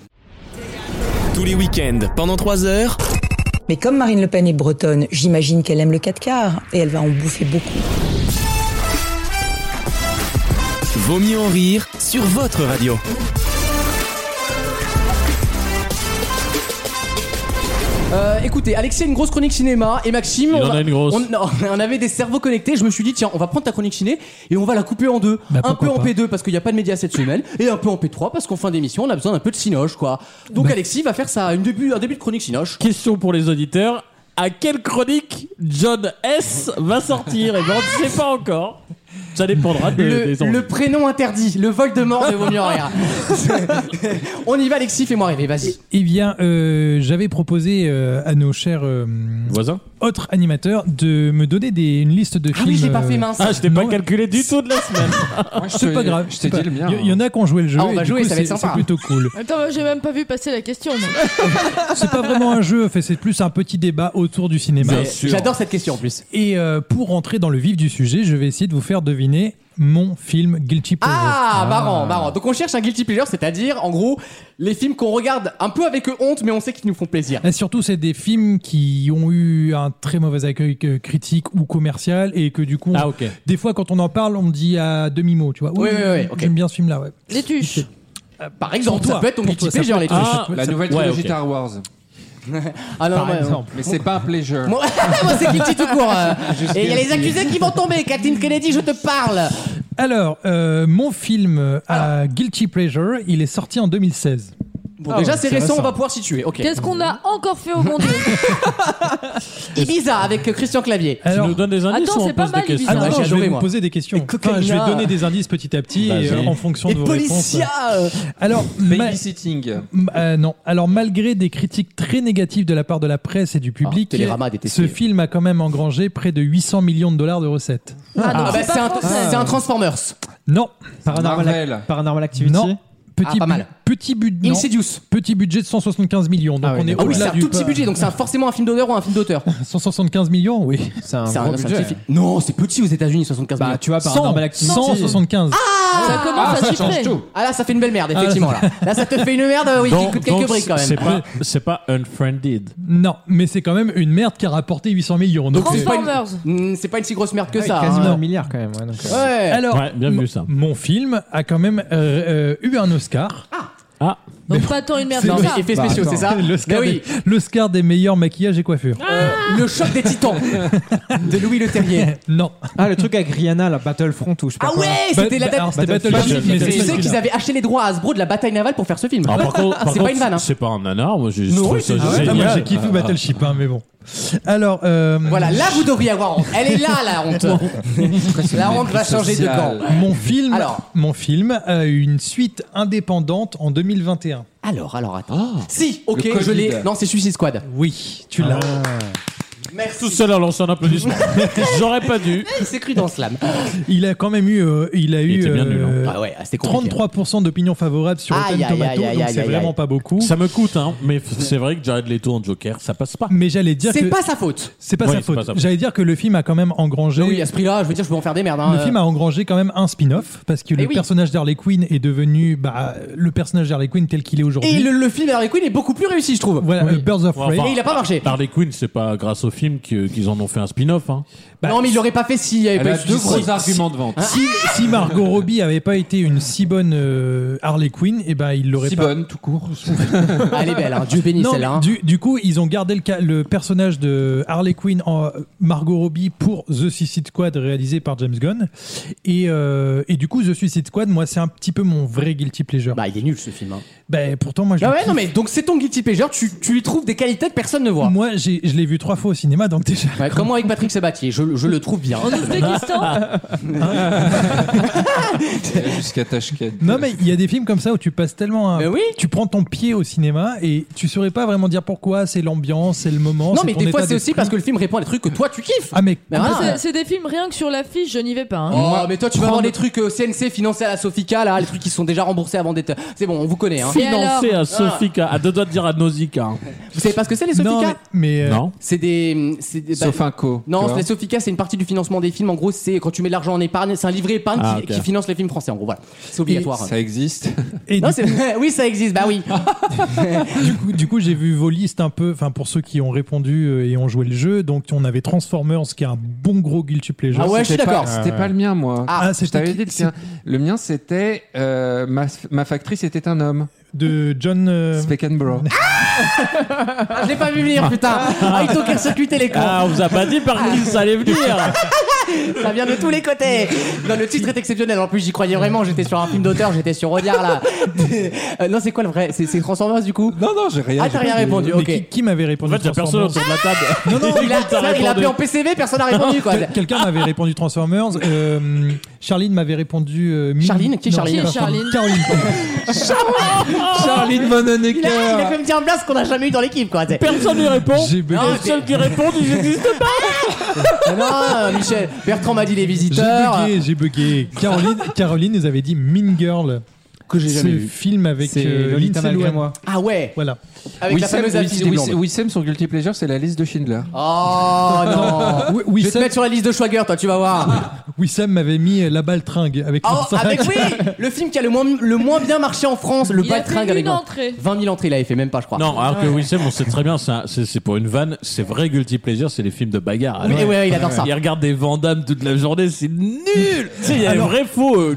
S1: Tous les week-ends, pendant 3 heures,
S12: Mais comme Marine Le Pen est bretonne, j'imagine qu'elle aime le 4 quarts et elle va en bouffer beaucoup.
S1: Vaut mieux en rire sur votre radio.
S2: Euh, écoutez, Alexis a une grosse chronique cinéma et Maxime.
S3: Il
S2: on
S3: en a une grosse.
S2: On, non, on avait des cerveaux connectés. Je me suis dit, tiens, on va prendre ta chronique ciné et on va la couper en deux.
S6: Bah,
S2: un peu
S6: pourquoi
S2: en
S6: pas.
S2: P2 parce qu'il n'y a pas de médias cette semaine et un peu en P3 parce qu'en fin d'émission, on a besoin d'un peu de cinoche, quoi.
S3: Bah.
S2: Donc Alexis va faire ça, une début, un début de chronique cinoche.
S3: Question pour les auditeurs. À quelle chronique John S va sortir Et ben on ne sait pas encore. Ça dépendra de,
S2: Le,
S3: des enjeux.
S2: le prénom interdit, le vol de mort de vaut mieux en rire. On y va, Alexis, fais-moi rêver, vas-y.
S6: Eh bien, euh, j'avais proposé euh, à nos chers euh,
S3: voisin.
S6: autres animateurs de me donner des- une liste de
S2: Ah
S6: films.
S2: oui, j'ai pas fait
S6: euh,
S2: mince.
S3: Ah, je t'ai pas
S6: Non.
S3: calculé du tout de la semaine.
S5: Moi, je
S6: C'est
S5: te-
S6: pas grave.
S5: Je
S6: c'est
S5: t'ai
S6: pas-
S5: dit le mien.
S6: Il y, il y en a qui ont joué le jeu.
S2: Ah, on va
S6: et du
S2: jouer,
S6: coup,
S2: ça va être
S6: c'est-
S2: sympa.
S6: C'est plutôt cool.
S4: attends, moi, j'ai même pas vu passer la question. moi.
S6: C'est pas vraiment un jeu, en fait, c'est plus un petit débat autour du cinéma.
S2: Mais J'adore cette question en plus.
S6: Et euh, pour rentrer dans le vif du sujet, je vais essayer de vous faire deviner mon film Guilty Pleasure.
S2: Ah, marrant, marrant. Donc on cherche un guilty pleasure, c'est-à-dire en gros les films qu'on regarde un peu avec honte, mais on sait qu'ils nous font plaisir.
S6: Et surtout, c'est des films qui ont eu un très mauvais accueil euh, critique ou commercial et que du coup,
S3: Ah, ok.
S6: des fois, quand on en parle, on me dit à demi-mot, tu vois.
S2: Oui, oui, oui, ok.
S6: J'aime bien ce film-là, ouais.
S4: Les tuches.
S2: Par exemple,
S6: Pour toi,
S2: ça peut être ton
S6: pour
S2: guilty
S6: toi, ça
S2: pleasure,
S6: peut
S2: les
S6: être-
S2: trucs.
S6: Ah,
S5: La nouvelle
S6: Ouais,
S5: trilogie
S6: ok.
S5: Star Wars.
S2: Ah non,
S5: Par
S2: ouais,
S5: exemple. Mais c'est pas un pleasure.
S2: Moi, moi, c'est guilty tout court. euh. Et il y a les accusés qui vont tomber. Kathleen Kennedy, je te parle.
S6: Alors, euh, mon film euh,
S2: Ah.
S6: à Guilty Pleasure, il est sorti en 2016.
S2: Bon, déjà, c'est récent, on va pouvoir situer. Ok.
S4: Qu'est-ce qu'on a encore fait au monde
S2: Ibiza avec Christian Clavier.
S6: Alors-
S3: Tu nous donnes des indices
S4: Attends,
S3: ou on
S4: c'est pas
S3: pose des
S4: mal,
S3: questions
S6: Ah non,
S2: Ouais,
S6: non,
S2: j'ai
S6: je
S2: adoré,
S6: vais vous
S2: moi.
S6: poser des questions. Enfin, je vais
S2: Cocaïna.
S6: donner des indices petit à petit
S3: Vas-y.
S6: et, euh, en fonction
S2: Et
S6: de vos réponses.
S2: Policia. euh.
S6: Alors, ma-
S5: Babysitting.
S6: M- euh, non. Alors malgré des critiques très négatives de la part de la presse et du public,
S2: Ah, Télérama a détesté.
S6: ce film a quand même engrangé près de 800 millions de dollars de recettes.
S4: Ah, donc
S2: Ah, bah,
S4: c'est
S2: c'est
S4: pas
S2: un,
S4: français.
S2: c'est un Transformers.
S6: Non,
S5: Marvel.
S7: Paranormal Activity.
S6: non. Petit,
S2: Ah, pas
S6: bu-
S2: mal.
S6: petit, bu- non.
S2: Insidious.
S6: petit budget de 175 millions. Donc
S7: Ah ouais,
S6: on est
S2: Ah oui,
S6: au-delà
S2: c'est un
S6: du
S2: tout petit
S6: pas-
S2: budget, donc c'est un- forcément un film d'honneur ou un film d'auteur.
S6: 175 millions, oui.
S7: C'est un
S2: C'est
S7: gros
S2: un, c'est un
S7: budget.
S2: petit film. Non, c'est petit aux États-Unis, 75
S7: Bah,
S2: millions.
S7: tu vois, Paranormal
S6: 100,
S7: Activity.
S6: 175.
S4: Ça commence à chiffrer.
S2: Ah là, ça fait une belle merde, effectivement. là. là, ça te fait une merde, euh, oui, qui
S3: Donc-
S2: coûte quelques
S3: donc,
S2: briques quand même.
S3: C'est pas, Ah. c'est pas unfriended.
S6: Non, mais c'est quand même une merde qui a rapporté 800 millions. Donc,
S2: c'est pas une-
S4: Transformers.
S2: Mm, C'est pas une si grosse merde que
S7: Ouais,
S2: ça.
S7: Quasiment
S2: hein.
S7: un milliard quand même. ouais, donc, euh,
S2: Ouais.
S6: alors,
S3: Ouais, bien
S6: mon-
S3: vu, ça.
S6: Mon film a quand même euh, euh, eu un Oscar.
S3: Ah,
S4: Donc pas tant une merde
S6: C'est-
S4: que
S2: Non, mais
S4: ça.
S2: effets
S7: Bah,
S2: spéciaux,
S7: attends.
S2: c'est ça
S6: L'Oscar
S2: Mais oui,
S6: des- l'Oscar des meilleurs maquillages et coiffures.
S2: euh, le choc des titans de Louis Le Terrier.
S6: Non.
S7: Ah, le truc avec Rihanna, la Battlefront ou je sais pas
S2: Ah
S7: quoi.
S2: ouais,
S6: Bah,
S2: c'était la
S6: bah,
S2: date.
S6: alors, c'était
S7: Battlefield,
S6: Battlefield,
S2: Tu
S6: mais c'est
S2: sais
S6: celui-là.
S2: qu'ils avaient acheté les droits à Hasbro de la bataille navale pour faire ce film.
S3: Ah, par contre, par
S2: c'est pas
S3: contre,
S2: une vanne. hein.
S3: C'est pas un nanar, moi j'ai je
S2: Non,
S3: trouve
S2: oui,
S3: ça
S2: c'est-
S6: Ah ouais, ah,
S3: génial.
S6: moi j'ai kiffé Battleship, hein, mais bon. Alors, euh,
S2: Voilà, là vous devriez avoir honte. Elle est là la honte. la honte va changer de camp.
S5: Social.
S6: mon film,
S2: Euh, Alors.
S6: mon film a eu une suite indépendante en 2021.
S2: Alors, alors attends. si, ok,
S5: Le
S2: je l'ai.
S5: Covid.
S2: Non, c'est Suicide Squad.
S6: Oui, tu l'as.
S2: Ah.
S3: Tout seul à lancer un applaudissement. J'aurais pas dû.
S2: Il s'est cru dans Slam.
S6: Il a quand même eu, euh, il a eu
S3: était bien nul, hein.
S6: euh,
S2: Ah ouais, ah, c'était compliqué.
S6: 33% d'opinions favorables sur
S2: Aïe, aïe,
S6: Rotten
S2: aïe,
S6: Tomatoes,
S2: aïe,
S6: donc
S2: aïe,
S6: c'est
S2: aïe,
S6: vraiment
S2: aïe.
S6: pas beaucoup.
S3: Ça me coûte, hein, mais f- c'est vrai que Jared Leto en Joker, ça passe pas.
S6: Mais j'allais dire
S2: C'est
S6: que
S2: pas sa faute.
S6: c'est pas
S3: Oui,
S6: sa
S3: c'est pas
S6: faute.
S3: sa faute.
S6: J'allais dire que le film a quand même engrangé.
S2: Oui, à ce prix-là, je veux dire, je peux en faire des merdes. hein.
S6: Le film a engrangé quand même un spin-off parce que
S2: Eh
S6: le
S2: oui.
S6: personnage d'Harley Quinn est devenu bah, le personnage d'Harley Quinn tel qu'il est
S2: Et
S6: aujourd'hui.
S2: le, le film d'Harley Quinn est beaucoup plus réussi, je trouve.
S6: Voilà, euh, Birds of
S3: Ouais,
S6: Prey.
S3: enfin,
S2: Et il a pas marché.
S3: Harley Quinn, c'est pas grâce au film que- qu'ils en ont fait un spin-off. Hein.
S2: non, mais il l'aurait pas fait s'il y avait
S5: Elle
S2: pas
S5: a
S2: eu
S5: deux
S2: Suicide
S5: gros
S2: Squad.
S5: arguments de vente.
S6: si, si Margot Robbie avait pas été une si bonne euh, Harley Quinn, et ben il l'aurait
S5: Si
S6: pas.
S5: bonne, tout court.
S2: Ah, elle est belle, hein. Dieu bénisse
S6: Non,
S2: celle-là. hein.
S6: du, du coup, ils ont gardé le, ca- le personnage de Harley Quinn en euh, Margot Robbie pour The Suicide Squad réalisé par James Gunn. Et, euh, et du coup, The Suicide Squad, moi, c'est un petit peu mon vrai guilty pleasure.
S2: Bah, il est nul ce film. hein.
S6: Ben, pourtant, moi, je
S2: Ah
S6: le
S2: ouais,
S6: kiffe.
S2: non, mais donc c'est ton guilty pleasure, tu, tu lui trouves des qualités que personne ne voit.
S6: moi, j'ai- je l'ai vu trois fois au cinéma, donc déjà.
S2: Ouais, comme moi avec Patrick Sabatier, je, je le trouve bien.
S4: En
S2: Ah,
S4: Ouzbékistan,
S5: Jusqu'à Tashkent.
S6: Non, mais il y a des films comme ça où tu passes tellement. un-
S2: Mais oui.
S6: Tu prends ton pied au cinéma et tu saurais pas vraiment dire pourquoi. C'est l'ambiance, c'est le moment.
S2: Non,
S6: c'est
S2: mais
S6: ton
S2: des fois,
S6: état
S2: c'est aussi
S6: d'esprit.
S2: parce que le film répond à des trucs que toi tu kiffes.
S6: Ah, mais.
S2: Mais voilà.
S4: c'est- c'est des films rien que sur l'affiche, je n'y vais pas. hein.
S2: Oh, mais toi, tu vas
S6: prendre-
S2: voir les trucs euh, CNC financés à la Sofica, là, les trucs qui sont déjà remboursés avant d'être. C'est bon, on vous connaît, hein.
S4: Et alors
S3: Financé à Sofika, à deux doigts de dire à Nausicaa. hein.
S2: Vous savez pas ce que c'est, les Sofica
S6: Non, mais. mais, euh,
S3: Non
S2: C'est des. c'est des- bah,
S5: Sauf un co. tu
S2: Non,
S5: vois.
S2: les Sofica, c'est une partie du financement des films. En gros, c'est quand tu mets de l'argent en épargne, c'est un livret épargne
S3: Ah,
S2: qui,
S3: ok.
S2: qui finance les films français. En gros, voilà. C'est obligatoire.
S5: Ça existe.
S6: et
S2: Non,
S6: du
S2: c'est- oui, ça existe, bah oui.
S6: du coup, du coup, j'ai vu vos listes un peu, enfin pour ceux qui ont répondu euh, et ont joué le jeu. Donc on avait Transformers qui est un bon gros guilty pleasure.
S2: Ah ouais, je suis
S5: C'était pas-
S2: d'accord.
S5: C'était pas le mien, moi.
S2: Ah,
S6: c'est
S5: Je t'avais dit le
S6: c'est
S5: tien. Le mien, c'était euh, ma, ma factrice était un homme.
S6: de John. euh,
S5: Speckenborough.
S2: Ah, je l'ai pas vu venir, putain. Ah, ils t'ont circuité les cons.
S3: Ah, on vous a pas dit par qui ça allait venir
S2: Ça vient de tous les côtés. Non, le titre est exceptionnel. En plus, j'y croyais vraiment. J'étais sur un film d'auteur, j'étais sur Audiard là. Euh, non, c'est quoi le vrai C'est c'est Transformers du coup
S5: non, non, j'ai rien.
S2: Ah, t'as rien
S6: mais
S2: répondu. Ok.
S6: qui, qui m'avait
S3: En
S6: répondu
S3: fait, il y a personne
S6: Transformers
S3: autour de la table.
S6: Non, non,
S2: Il a, ça, il a appelé en PCV, personne n'a répondu quoi.
S6: Quel- Quelqu'un m'avait répondu Transformers. Euh, Charline m'avait répondu. euh, Mimi.
S2: Charline Qui est
S6: Non,
S2: Charline
S6: pas
S4: Charline.
S6: Caroline. pardon.
S5: Charline
S2: Il a, il a quand même dit un blast qu'on n'a jamais eu dans l'équipe quoi. C'est-
S3: Personne lui répond.
S6: J'ai bugué.
S3: Le seul qui répond, il n'existe pas.
S2: Ah Non, euh, Michel, Bertrand m'a dit les
S6: J'ai
S2: visiteurs.
S6: bugué, j'ai bugué. Caroline, Caroline nous avait dit Mean Girl.
S2: que j'ai jamais
S6: C'est
S2: vu.
S6: le film avec
S2: C'est
S6: euh,
S2: Lolita
S6: Lindsay
S2: malgré
S6: Lohan.
S2: moi. Ah ouais
S6: Voilà.
S2: Avec la fameuse affiche des blondes.
S5: Wissem, son guilty pleasure, c'est la liste de Schindler.
S2: Oh non
S6: Oui,
S2: Je vais te
S6: Wissem-
S2: mettre sur la liste de Schwager, toi, tu vas voir.
S6: Wissam m'avait mis euh, la baltringue avec
S2: Oh,
S6: Vincent.
S2: avec oui Le film qui a le moins, le moins bien marché en France, le
S4: Il a
S2: Baltringue
S4: fait
S2: avec
S4: une
S2: moi.
S4: entrée.
S2: 20 000 entrées, il avait fait même pas, je crois.
S3: Non, alors que
S2: Ouais.
S3: Wissem, on sait très bien, c'est un- c'est c'est pour une vanne, c'est vrai guilty pleasure, c'est les films de bagarre.
S2: Oui,
S3: Alors,
S2: ouais, ouais, il adore ça.
S3: Il regarde des Vandamme toute la journée, c'est nul Tu sais, il y a un vrai faux. euh,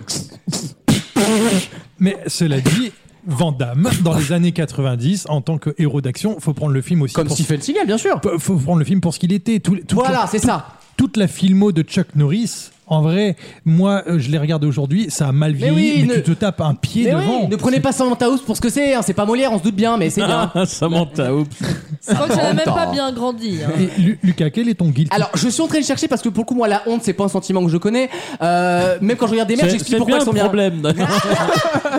S6: Mais cela dit, Van Damme, dans les années 90, en tant que héros d'action, faut prendre le film aussi.
S2: Comme
S6: pour-
S2: Stephen Seagal, bien sûr.
S6: Faut- Faut prendre le film pour ce qu'il était. Tout, toute
S2: Voilà,
S6: la-
S2: c'est
S6: tout-
S2: ça.
S6: Toute la filmo de Chuck Norris, en vrai, moi, euh, je les regarde aujourd'hui, ça a mal
S2: Mais
S6: vieilli, mais,
S2: oui, ne-
S6: tu te tapes un pied
S2: Mais
S6: devant.
S2: oui, ne prenez pas Samantha House pour ce que c'est, hein, c'est pas Molière, on se doute bien, mais c'est bien.
S3: Samantha House.
S4: Je crois que ça n'a même pas
S2: Oh, Attends.
S4: bien grandi. hein.
S6: Et Lu- Lucas, quel est ton guilty
S2: Alors, je suis en train de chercher parce que pour le coup, moi, la honte, c'est pas un sentiment que je connais. Euh, même quand je regarde des mères,
S3: C'est-
S2: j'explique
S3: C'est
S2: pourquoi
S3: bien
S2: elles sont
S3: le
S2: bien.
S3: problème.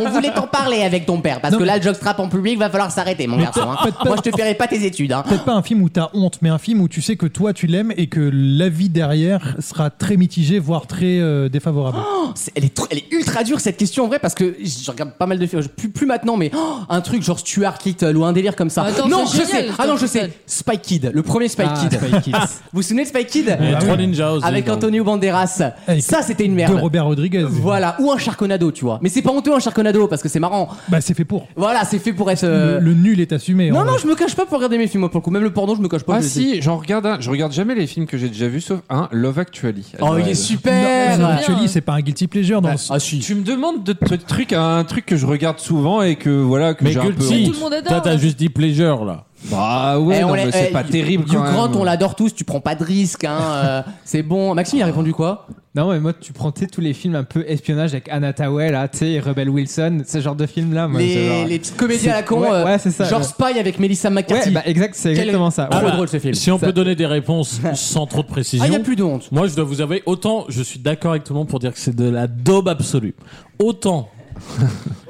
S2: On voulait t'en parler avec ton père parce
S6: Non,
S2: que
S6: mais-
S2: là, le jockstrap en public va falloir s'arrêter, mon
S6: Mais
S2: garçon. hein.
S6: peut-être pas-
S2: Moi, je te ferai pas tes études. hein.
S6: Peut-être pas un film où t'as honte, mais un film où tu sais que toi tu l'aimes et que la vie derrière sera très mitigée, voire très euh, défavorable.
S2: Oh, c'est- elle, est tr- elle est ultra dure cette question en vrai parce que je regarde pas mal de films, je- plus, plus maintenant, mais oh, un truc genre Stuart Little ou un délire comme ça.
S4: Bah, Attends,
S2: non, je
S4: c'est génial,
S2: sais. Ah non, je
S4: Stuart
S2: sais.
S4: Little.
S2: Spy Kid, le premier Spy
S7: Ah,
S2: Kid.
S7: Spy Kids.
S2: Vous vous souvenez de Spy Kid
S3: Il y a trois ninjas aussi.
S2: Avec
S3: dans-
S2: Antonio Banderas.
S6: Avec-
S2: Ça, c'était une
S6: De
S2: merde.
S6: Robert Rodriguez.
S2: Voilà, ou un Sharknado, tu vois. Mais c'est pas honteux un Sharknado parce que c'est marrant.
S6: Bah c'est fait pour.
S2: Voilà, c'est fait pour être. euh,
S6: Le, le nul est assumé. en
S2: Non, non,
S6: vrai.
S2: je me cache pas pour regarder mes films, moi, pour le coup. Même le porno, je me cache pas.
S5: Ah
S2: je-
S5: si, j'en regarde un. Je regarde jamais les films que j'ai déjà vus, sauf un, Love Actually.
S2: Oh, il est super
S6: Non,
S4: Ouais.
S6: actually, c'est pas un guilty pleasure dans le
S2: Ah si.
S5: Tu me demandes de te truc, un truc que je regarde souvent et que voilà que
S3: Mais
S5: j'ai un peu.
S3: guilty.
S4: Tout le monde adore,
S3: Toi, t'as
S4: ouais.
S3: juste dit pleasure là.
S5: Bah ouais,
S2: Eh, on
S5: non,
S2: l'a-
S5: mais c'est
S2: eh,
S5: pas
S2: Hugh-
S5: terrible
S2: Hugh
S5: quand même.
S2: Grant, on l'adore tous, tu prends pas de risque, hein, euh, c'est bon. Maxime, il a répondu quoi
S7: Non, mais moi, tu prends tu sais, tous les films un peu espionnage avec Anna Tawai, là, tu sais, Rebel Wilson, ce genre de film-là. moi, c'est
S2: les,
S7: genre-
S2: les petites comédies à la con,
S7: Ouais,
S2: euh,
S7: ouais, c'est ça,
S2: genre
S7: ouais.
S2: Spy avec Melissa McCarthy.
S7: Ouais, bah exact, c'est
S2: Quel-
S7: exactement ça.
S2: Ah,
S7: ouais.
S2: bah, drôle, ce film.
S3: Si on
S7: Ça-
S3: peut donner des réponses sans trop de précision.
S2: Ah, il a plus de honte.
S3: Moi, je dois vous avouer, autant je suis d'accord avec tout le monde pour dire que c'est de la daube absolue. Autant.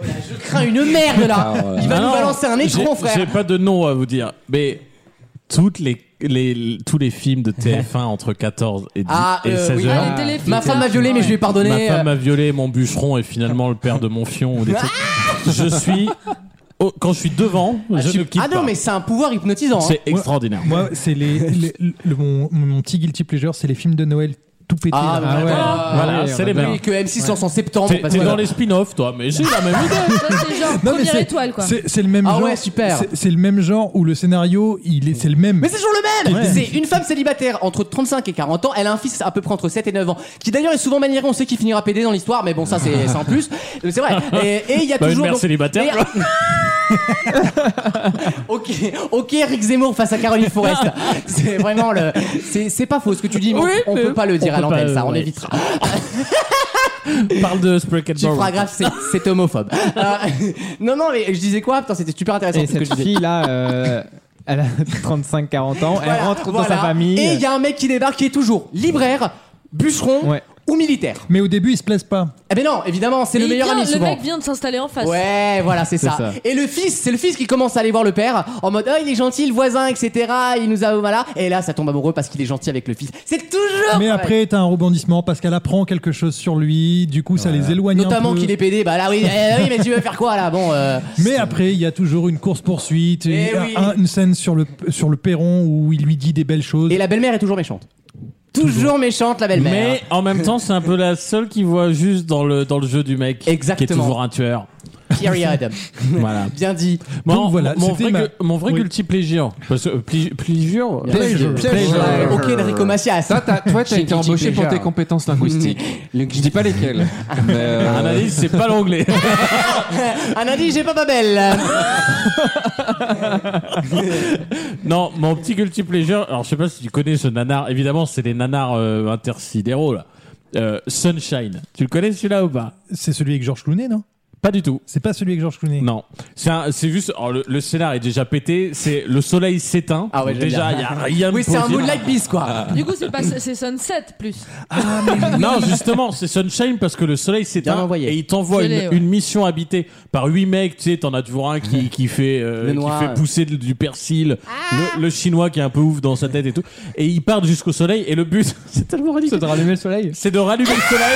S2: Je crains une merde là. Il va
S3: Ah
S2: nous
S3: non,
S2: balancer un écran,
S3: j'ai- J'ai
S2: frère.
S3: pas de nom à vous dire, mais toutes les, les- tous les films de TF1 entre 14 et, 10
S2: Ah,
S3: et
S2: euh,
S3: 16
S2: oui.
S3: heures.
S4: Ah, les téléfilms,
S2: Ma femme m'a violé, mais je lui ai
S3: Ma
S2: pardonné.
S3: femme m'a violé, mon bûcheron est finalement le père de mon fion.
S2: Ah
S3: ou des trucs. je suis. oh, quand je suis devant, je ne quitte
S2: Ah
S3: pas.
S2: non, mais c'est un pouvoir hypnotisant. hein.
S3: C'est extraordinaire.
S6: Ah. Moi, c'est les, les- le- mon, mon petit guilty pleasure, c'est les films de Noël tout pétés.
S2: Ah,
S6: là.
S2: bah, voilà.
S3: Voilà,
S7: ouais,
S3: c'est
S7: on
S3: les
S7: adore.
S3: mêmes.
S2: Oui, que M6 lance en septembre.
S3: T'es
S2: parce
S3: t'es
S2: que-
S3: dans les spin-offs, toi, mais j'ai la même idée.
S4: Ça, c'est genre
S6: Non, mais
S4: première
S6: c'est-
S4: étoile, quoi.
S6: C'est c'est le même
S2: Ah
S6: genre.
S2: ouais, super.
S6: c'est- C'est le même genre où le scénario, il est, c'est le même.
S2: Mais c'est toujours le même
S6: Ouais.
S2: C'est une femme célibataire entre 35 et 40 ans, elle a un fils à peu près entre 7 et 9 ans, qui d'ailleurs est souvent maniéré, on sait qu'il finira pédé dans l'histoire, mais bon ça c'est c'est en plus. Euh, C'est vrai. Et et il y a
S3: Bah, une
S2: toujours...
S3: mère célibataire,
S2: et- ok, ok Eric Zemmour face à Caroline Forest. C'est vraiment le... C'est c'est pas faux ce que tu dis, mais on-
S3: Oui,
S2: on,
S3: mais
S2: peut pas le dire
S3: on
S2: à
S3: peut pas,
S2: l'antenne, ça,
S3: euh,
S2: on
S3: ouais.
S2: évitera.
S3: Parle de Sprocket
S2: Tu feras grave, c'est- c'est homophobe. Euh, non, non, mais je disais quoi Putain, c'était super intéressant
S7: Et
S2: ce que je
S7: cette
S2: disais.
S7: fille-là, euh, elle a 35-40 ans, elle
S2: Voilà,
S7: rentre dans
S2: voilà.
S7: sa famille.
S2: Et il y a un mec qui débarque qui est toujours libraire, bûcheron
S7: Ouais.
S2: ou militaire.
S6: Mais au début, ils se plaisent pas.
S2: Eh ben non, évidemment, c'est
S4: Et
S2: le
S4: il
S2: meilleur
S4: vient-
S2: ami
S4: Le
S2: souvent.
S4: mec vient de s'installer en face.
S2: Ouais, voilà, c'est ça.
S7: ça.
S2: Et le fils, c'est le fils qui commence à aller voir le père en mode, oh, il est gentil, le voisin, etc. Il nous a, voilà. Et là, ça tombe amoureux parce qu'il est gentil avec le fils. C'est toujours.
S6: Mais
S2: pareil.
S6: après, t'as un rebondissement parce qu'elle apprend quelque chose sur lui. Du coup, ça les éloigne un
S2: Notamment
S6: peu.
S2: qu'il est pédé, bah là oui, eh oui, mais tu veux faire quoi là Bon, euh,
S6: Mais après, il y a toujours une course-poursuite,
S2: Eh
S6: et un-
S2: oui.
S6: un- une scène sur le, sur le perron où il lui dit des belles choses.
S2: et la belle-mère est toujours méchante. Toujours méchante la belle-mère.
S3: Mais en même temps, c'est un peu la seule qui voit juste dans le, dans le jeu du mec. Qui est
S2: Exactement.
S3: toujours un tueur.
S2: Period.
S3: Voilà.
S2: Bien dit.
S3: Mon-
S6: Donc voilà,
S3: mon,
S6: c'était
S3: vrai,
S6: ma-
S3: gu- mon vrai
S6: Oui.
S3: guilty pleasure. Parce que, euh, pli- pleasure
S6: Pleasure.
S5: Pleasure.
S2: Ok, Enrico Macias.
S5: Toi, t'as, toi, t'as
S2: Chez
S5: été
S2: Guilty
S5: embauché pour
S2: Pleasure.
S5: tes compétences linguistiques.
S2: Le
S5: Je dis pas lesquelles. mais, euh,
S3: Analyse, c'est pas l'anglais.
S2: Un indice, j'ai pas ma belle.
S3: non, mon petit guilty pleasure. Alors, je sais pas si tu connais ce nanar. Évidemment, c'est les nanars euh, intersidéraux, là. Euh, Sunshine. Tu le connais celui-là ou pas
S6: C'est celui avec Georges Clooney, non
S3: Pas du tout.
S6: C'est pas celui avec Georges Clooney.
S3: Non, c'est un- c'est juste alors, le, le scénar est déjà pété. C'est le soleil s'éteint.
S2: Ah ouais,
S3: Donc déjà
S2: j'aime
S3: il y a rien. de
S2: Oui, c'est un
S3: possible.
S2: moonlight bis quoi.
S4: Du coup, c'est pas c'est Sunset plus.
S3: Non, justement, c'est Sunshine parce que le soleil
S2: Bien
S3: s'éteint
S2: envoyé.
S3: et il t'envoie
S4: Je
S3: une,
S4: l'ai, ouais.
S3: une mission habitée par huit mecs. Tu sais, t'en as toujours un qui, qui fait euh,
S2: Le
S3: qui
S2: noir.
S3: fait pousser de- du persil,
S4: Ah.
S3: le, le chinois qui est un peu ouf dans sa tête et tout. Et ils partent jusqu'au soleil et le but c'est tellement ridicule.
S7: Se rallumer le soleil.
S3: C'est de rallumer le soleil.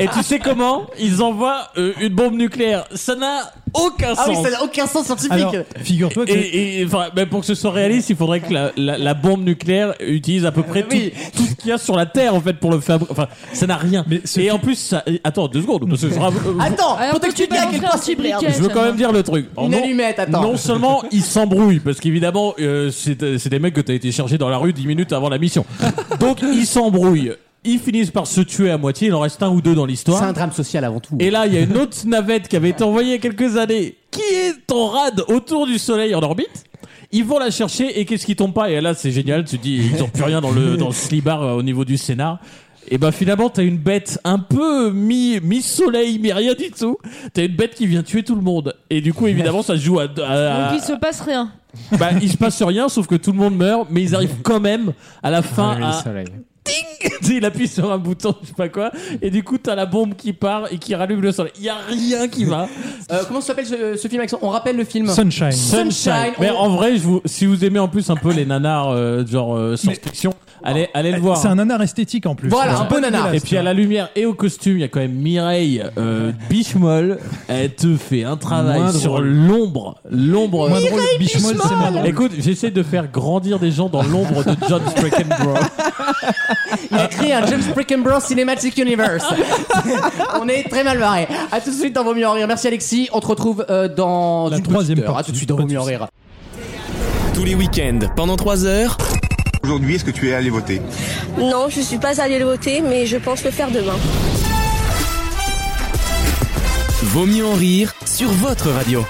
S3: et tu sais comment Ils envoient euh, une bombe nucléaire. Ça n'a aucun
S2: Ah oui,
S3: sens.
S2: ça n'a aucun sens scientifique. Alors,
S6: figure-toi
S2: que-
S3: Et, et- enfin, ben, pour que ce soit réaliste, il faudrait que la, la- la bombe nucléaire utilise à peu près tout, tout ce qu'il y a sur la Terre, en fait, pour le fabriquer. Enfin, ça n'a rien. et en plus, ça- attends, deux secondes. parce que je,
S2: Attends, pour
S4: toi, tu
S2: t'expliquer
S4: peux
S2: à quel
S4: rentrer
S2: point
S4: un
S2: c'est
S4: petit
S2: merde.
S4: briquet,
S3: je veux quand même dire le truc.
S2: Une
S3: non-
S2: allumette, attends.
S3: Non seulement ils s'embrouillent, parce qu'évidemment, euh, c'est euh, c'est des mecs que t'as été chercher dans la rue 10 minutes avant la mission. Donc ils s'embrouillent. Ils finissent par se tuer à moitié, il en reste un ou deux dans l'histoire.
S2: C'est un drame social avant tout.
S3: Et là, il y a une autre navette qui avait été envoyée il y a quelques années, qui est en rade autour du Soleil en orbite. Ils vont la chercher et qu'est-ce qui tombe pas Et là, c'est génial, tu te dis, ils ont plus rien dans le, dans le slibard euh, au niveau du scénar. Et ben finalement, t'as une bête un peu mi- mi-soleil, mi rien du tout. T'as une bête qui vient tuer tout le monde. Et du coup, évidemment, ça se joue à. à-
S4: Donc il se passe rien.
S3: bah, il se passe rien, sauf que tout le monde meurt, mais ils arrivent quand même à la fin
S7: oui,
S3: à. Ting Tu sais, Il appuie sur un bouton, je sais pas quoi, et du coup, t'as la bombe qui part et qui rallume le soleil. Il y a rien qui va.
S2: Euh, comment s'appelle ce, ce film Alexandre On rappelle le film
S6: Sunshine.
S2: Sunshine.
S3: Mais
S2: on-
S3: en vrai, je vous, si vous aimez en plus un peu les nanars, euh, genre euh, science-fiction, allez, allez le voir.
S6: euh, C'est un nanar esthétique en plus.
S3: Voilà,
S6: C'est
S3: un
S6: pas
S3: bon nanar.
S6: dégueulasse.
S3: Et puis à la lumière et au costume, il y a quand même Mireille euh, Bichmol. Elle te fait un travail
S6: Moins
S3: sur
S6: drôle.
S3: l'ombre. L'ombre. Ah,
S6: Moins drôle, Mireille Bichmol, c'est moins drôle.
S3: Écoute, j'essaie de faire grandir des gens dans l'ombre de John Streckenbrough.
S2: Il a créé un James Brickenbrough Cinematic Universe. on est très mal barré. À tout de suite dans Vaut mieux en rire. Merci Alexis. On te retrouve euh, dans une troisième heure. À tout de suite dans Vaut mieux en rire.
S1: Tous les week-ends, pendant 3 heures.
S13: Aujourd'hui, est-ce que tu es allé voter
S14: Non, je suis pas allée le voter, mais je pense le faire demain.
S1: Vaut mieux en rire sur votre radio.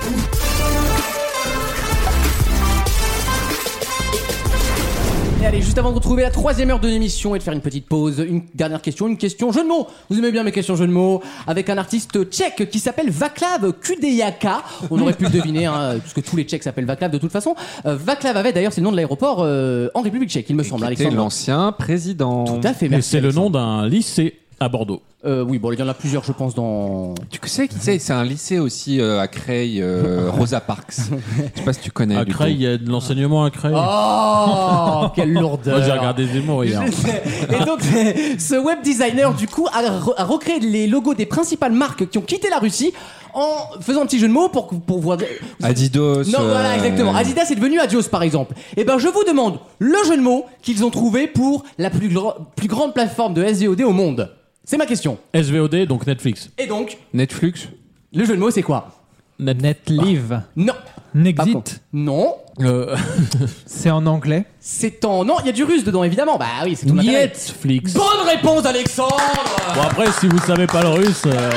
S2: Et allez, juste avant de retrouver la troisième heure de l'émission et de faire une petite pause, une dernière question, une question jeu de mots. Vous aimez bien mes questions jeu de mots Avec un artiste tchèque qui s'appelle Vaclav Kudeyaka. On aurait pu le deviner, hein, puisque tous les Tchèques s'appellent Vaclav de toute façon. Euh, Vaclav avait d'ailleurs, c'est le nom de l'aéroport euh, en République tchèque, il me semble,
S5: C'était
S2: Alexandre.
S5: l'ancien président. Tout
S2: à fait,
S3: Et
S2: merci,
S3: c'est le nom d'un lycée à Bordeaux.
S2: Euh, oui, bon, il y en a plusieurs, je pense, dans.
S5: Tu sais qui c'est C'est un lycée aussi euh, à Creil, euh, Rosa Parks. Je sais pas si tu
S2: Eh,
S5: connais.
S3: À
S5: du
S3: Creil,
S5: tout.
S3: il y a de l'enseignement à Creil.
S2: Oh, quelle lourdeur.
S3: Moi, j'ai regardé Zemmour hier.
S2: Et donc, ce web designer, du coup, a, re- a recréé les logos des principales marques qui ont quitté la Russie en faisant un petit jeu de mots pour, pour voir.
S5: Adidas.
S2: Non,
S5: euh,
S2: voilà, exactement. Adidas est devenu Adios, par exemple. Eh ben, je vous demande le jeu de mots qu'ils ont trouvé pour la plus, gro- plus grande plateforme de SVOD au monde. C'est ma question.
S3: SVOD, donc Netflix.
S2: Et donc,
S5: Netflix.
S2: le jeu de mots, c'est quoi
S3: Ah.
S7: Netlive.
S2: Non.
S7: Nexit.
S2: Non.
S3: Euh,
S7: C'est en anglais.
S2: C'est en. Non, il y a du russe dedans, évidemment. Bah oui, c'est tout l'intérêt.
S3: Netflix.
S2: Bonne réponse, Alexandre
S3: Bon, après, si vous savez pas le russe. euh,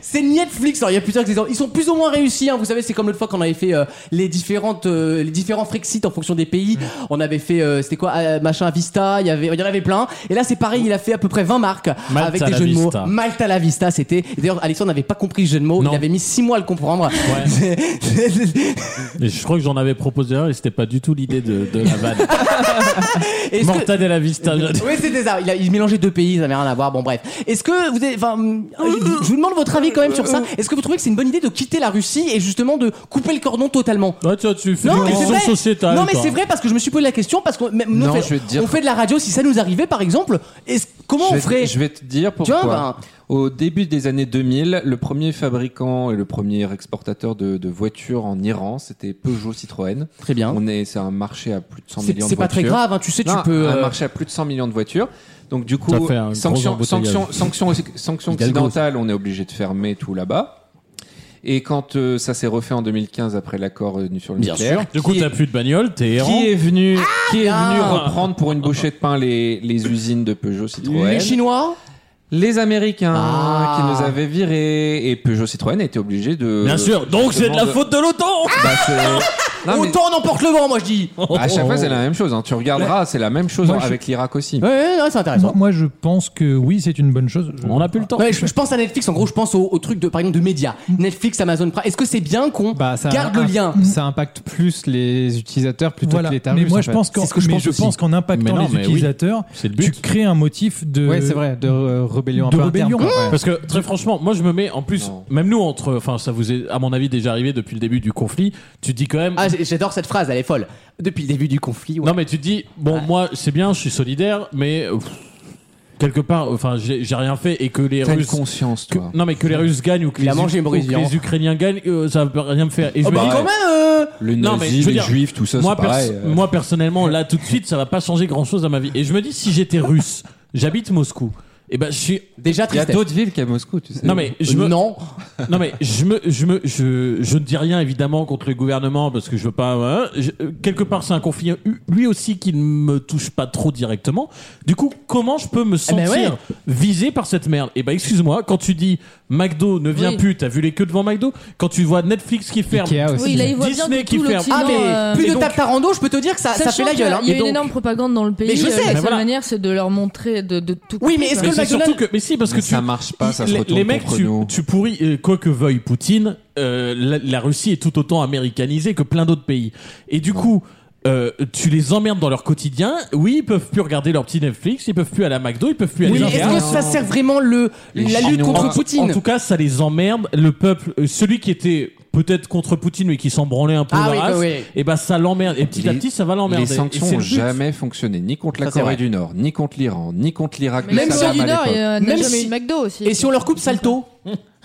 S2: C'est Netflix. Alors il y a plusieurs exemples. Ils sont plus ou moins réussis. hein. Vous savez, c'est comme l'autre fois qu'on avait fait euh, les différentes, euh, les différents Frexit en fonction des pays.
S3: Mm.
S2: On avait fait, euh, c'était quoi, euh, machin Vista. Il y avait, il y en avait plein. Et là, c'est pareil. Il a fait à peu près 20 marques
S3: Malta
S2: avec des
S3: la
S2: jeux de mots.
S3: Vista.
S2: Malta la Vista, c'était. Et D'ailleurs, Alexandre n'avait pas compris le jeu de mots. Il avait mis 6 mois à le comprendre.
S3: Et je crois que j'en avais proposé un et c'était pas du tout l'idée de, de la vanne.
S2: Est-ce que-
S3: Mortadella Vista.
S2: Oui, c'était ça. Il a il mélangeait deux pays, ça n'avait rien à voir. Bon, bref. Est-ce que vous avez, enfin, hum, je je vous demande votre avis quand même sur ça. Est-ce que vous trouvez que c'est une bonne idée de quitter la Russie et justement de couper le cordon totalement
S3: Ouais, tu vois, tu fais
S2: Non,
S3: une
S2: mais c'est
S3: question
S2: vrai.
S3: sociétale.
S2: Non, mais
S3: toi.
S2: c'est vrai parce que je me suis posé la question parce qu'on même nous,
S5: Non,
S2: on fait,
S5: je vais te dire-
S2: on fait de la radio. Si ça nous arrivait, par exemple, est-ce- comment
S5: je
S2: on
S5: vais,
S2: ferait
S5: je vais te dire
S2: Tu
S5: pourquoi.
S2: vois, ben-
S5: Au début des années 2000, le premier fabricant et le premier exportateur de, de voitures en Iran, c'était Peugeot Citroën.
S2: Très bien.
S5: On est, c'est un marché à plus de 100
S2: C'est-
S5: millions de voitures.
S2: c'est pas très grave, hein, tu sais, tu
S5: Non,
S2: peux,
S5: Un
S2: euh,
S5: marché à plus de 100 millions de voitures. Donc du coup,
S3: Ça fait un gros
S5: sanction,
S3: embouteillage.
S5: sanction, sanction, sanction
S3: Hidalgo,
S5: occidentale, on est obligé de fermer tout là-bas. Et quand euh, ça s'est refait en 2015 après l'accord euh, sur le
S3: Bien
S5: nucléaire,
S3: sûr. Du coup,
S5: qui-
S3: t'as plus de bagnole, t'es errant.
S5: qui est venu, qui est
S2: bien.
S5: venu reprendre pour une bouchée de pain les, les usines de Peugeot Citroën
S2: les Chinois
S5: les Américains
S2: Ah.
S5: qui nous avaient virés et Peugeot Citroën a été obligé de.
S2: Euh,
S3: Bien sûr. Donc, c'est de la
S5: de-
S3: faute de l'OTAN.
S5: Bah, c'est- Non, mais
S2: Autant on emporte le vent, moi je dis.
S5: à chaque fois c'est la même chose. hein. Tu regarderas, c'est la même chose
S6: Moi,
S5: hein,
S6: je-
S5: avec l'Irak aussi.
S2: Ouais, ouais, ouais, c'est
S6: Moi,
S2: intéressant.
S6: moi, je pense que oui, c'est une bonne chose.
S3: On a plus le temps.
S2: Ouais, je, je pense à Netflix. En gros, je pense au, au truc de, par exemple, de médias.
S5: Mm.
S2: Netflix, Amazon Prime. Est-ce que c'est bien qu'on
S7: Bah, ça,
S2: garde le lien
S7: Ça impacte plus les utilisateurs plutôt
S6: Voilà.
S7: que l'État
S6: mais
S7: russe,
S6: moi,
S7: en
S6: je
S7: fait.
S6: pense qu'en
S7: C'est ce que je
S6: mais
S7: pense
S6: je
S7: aussi.
S6: pense qu'en impactant
S3: Mais non, mais
S6: les
S3: oui.
S6: utilisateurs,
S3: C'est le
S6: tu
S3: but.
S6: crées un motif de.
S7: Ouais, c'est vrai, de euh, rébellion un
S6: de
S7: peu
S6: rébellion.
S7: interne.
S3: Parce que très franchement, moi je me mets en plus, même nous entre, enfin ça vous est à mon avis déjà arrivé depuis le début du conflit, tu te dis quand même,
S2: Ah, j'ai- j'adore cette phrase, elle est folle. Depuis le début du conflit. ouais.
S3: non mais tu te dis, bon moi c'est bien, je suis solidaire, mais pff, quelque part, enfin, j'ai j'ai rien fait et que les
S5: T'as une
S3: Russes.
S5: conscience, toi.
S3: que- non, mais que les Russes gagnent ou que,
S5: Il
S3: les,
S5: a mangé
S3: Uk- ou
S5: Boris
S3: que
S5: Vian.
S3: les Ukrainiens gagnent, euh, ça peut rien me faire. Et je
S5: Oh
S3: me
S5: bah
S3: dis
S5: ouais.
S3: quand même. euh,
S5: Les nazis,
S3: je veux
S5: les juifs, tout ça,
S3: moi,
S5: c'est pareil, euh.
S3: moi, personnellement, là, tout de suite, ça va pas changer grand chose à ma vie. Et je me dis, si j'étais russe, j'habite Moscou. Et ben, je suis
S2: déjà
S5: Il y a d'autres villes qu'à Moscou, tu sais.
S3: non mais je me
S2: non.
S3: non mais je me je me je, je ne dis rien évidemment contre le gouvernement parce que je veux pas hein. Je- euh, quelque part c'est un conflit u- lui aussi qui ne me touche pas trop directement. Du coup comment je peux me
S2: Eh ben
S3: sentir visé par cette merde Et ben excuse-moi quand tu dis McDo ne vient
S4: Oui.
S3: plus t'as vu les queues devant McDo quand tu vois Netflix qui ferme
S4: Ikea aussi. Oui, là, il voit bien que
S3: Disney qui
S4: tout
S3: ferme
S4: l'Occident, Ah, mais euh,
S2: Plus
S3: Et
S2: de
S3: donc-
S2: tape tarando, je peux te dire que ça, ça fait
S4: Sachant
S2: la
S4: qu'il y a-
S2: gueule. hein.
S4: Il y a
S3: Et
S4: une
S3: donc-
S4: énorme propagande dans le pays.
S2: Mais je
S4: euh,
S2: sais,
S4: La
S2: mais
S4: seule
S3: voilà.
S4: manière, c'est de leur montrer de, de tout.
S2: Oui, mais est-ce
S3: Mais c'est surtout que mais si parce
S5: Mais
S3: que tu
S5: ça marche pas, ça se
S3: les,
S5: retourne
S3: les mecs,
S5: contre
S3: tu,
S5: nous.
S3: tu pourris, euh, quoi que veuille Poutine, euh, la, la Russie est tout autant américanisée que plein d'autres pays. Et du coup, euh, tu les emmerdes dans leur quotidien. Oui, ils peuvent plus regarder leur petit Netflix, ils peuvent plus aller à McDo, ils peuvent plus
S2: Oui,
S3: aller à
S2: est-ce que ça sert vraiment le, la lutte contre Poutine
S3: En tout cas, ça les emmerde. Le peuple, euh, celui qui était peut-être contre Poutine mais qui s'en branlait un peu
S2: Ah
S3: la
S2: oui,
S3: race,
S2: bah oui.
S3: et ben ça l'emmerde. Et petit à
S5: Les-
S3: petit, ça va l'emmerder.
S5: Les
S3: Oh, Et
S5: sanctions
S3: c'est
S5: n'ont
S3: le but.
S5: jamais fonctionné, ni contre la
S2: Ça, c'est vrai.
S5: Corée du Nord, ni contre l'Iran, ni contre l'Irak.
S4: Mais
S5: ni
S4: la Corée
S5: Saddam
S4: du
S5: à
S4: Nord, il
S5: l'époque.
S4: y a- n'a
S2: Même
S4: jamais
S2: si-
S4: eu de McDo aussi.
S2: Et si on leur coupe Salto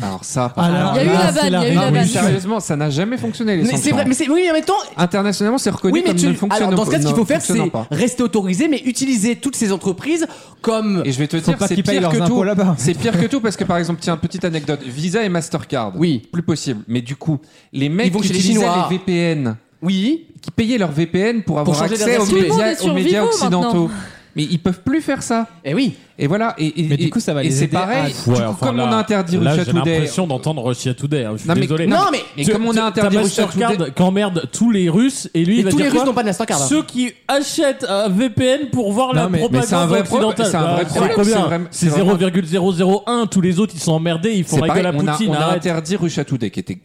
S5: Alors
S3: Ah,
S5: ça, par
S4: Alors, Ah, Il y a eu la vanne, il y a eu la vanne. Ah
S5: contre- sérieusement, ça n'a jamais fonctionné les
S2: Mais c'est
S5: sanctions.
S2: vrai, mais c'est oui, mais en même temps.
S5: Internationalement, c'est reconnu
S2: Oui, mais
S5: comme
S2: tu-
S5: ne fonctionnant
S2: alors dans ce cas, ce qu'il
S5: ne
S2: faut faire, c'est
S5: fonctionnant pas.
S2: rester autorisé, mais utiliser toutes ces entreprises comme.
S5: Et je vais te dire,
S7: pas
S5: c'est
S7: qu'ils payent
S5: pire
S7: leurs
S5: que
S7: impôts
S5: tout.
S7: là-bas.
S5: C'est pire que tout parce que par exemple, tiens, petite anecdote, Visa et Mastercard.
S2: Oui.
S5: Plus possible. Mais du coup, les mecs
S2: vont
S5: qui
S2: chez les
S5: utilisaient
S2: Chinois.
S5: les VPN,
S2: Oui.
S5: qui payaient leur VPN pour avoir
S2: changer
S5: accès
S2: d'adresse email.
S5: aux
S4: Tout le monde
S5: médias,
S4: est
S5: aux
S4: sur
S5: médias
S4: Vivo
S5: occidentaux.
S4: maintenant.
S5: Mais ils peuvent plus faire ça.
S2: Eh oui.
S5: Et voilà. Et, et-
S7: Mais du
S5: et-
S7: coup, ça va
S5: et
S7: les
S5: c'est
S7: aider à-
S5: pareil.
S3: Ouais,
S5: Du coup,
S3: enfin,
S5: comme
S3: là-
S5: on a interdit
S3: là,
S5: Russia
S3: j'ai
S5: Today,
S3: l'impression d'entendre Russia Today. hein, je suis
S5: Non, mais-
S3: désolé.
S2: non, mais-
S5: mais
S3: Tu-
S5: comme on
S3: tu-
S5: a interdit
S3: t'as
S5: Russia
S3: Mastercard
S5: Today-
S3: qu'emmerde tous les Russes et lui
S2: Et
S3: il va
S2: tous
S3: dire
S2: les Russes
S3: quoi
S2: n'ont pas de Mastercard. hein.
S3: Ceux qui achètent un VPN pour voir la
S5: Non, mais- mais
S3: propagande
S5: c'est un vrai pro-
S3: occidentale.
S5: c'est un
S3: Bah,
S5: vrai
S3: c'est
S5: problème,
S3: combien
S5: c'est vrai-
S3: C'est
S5: c'est vraiment-
S3: 0,001. Tous les autres, ils sont emmerdés. Ils font
S5: c'est
S3: la
S5: pareil.
S3: gueule à
S5: On a,
S3: Poutine.
S5: on a
S3: arrête.
S5: interdit Russia Today, qui était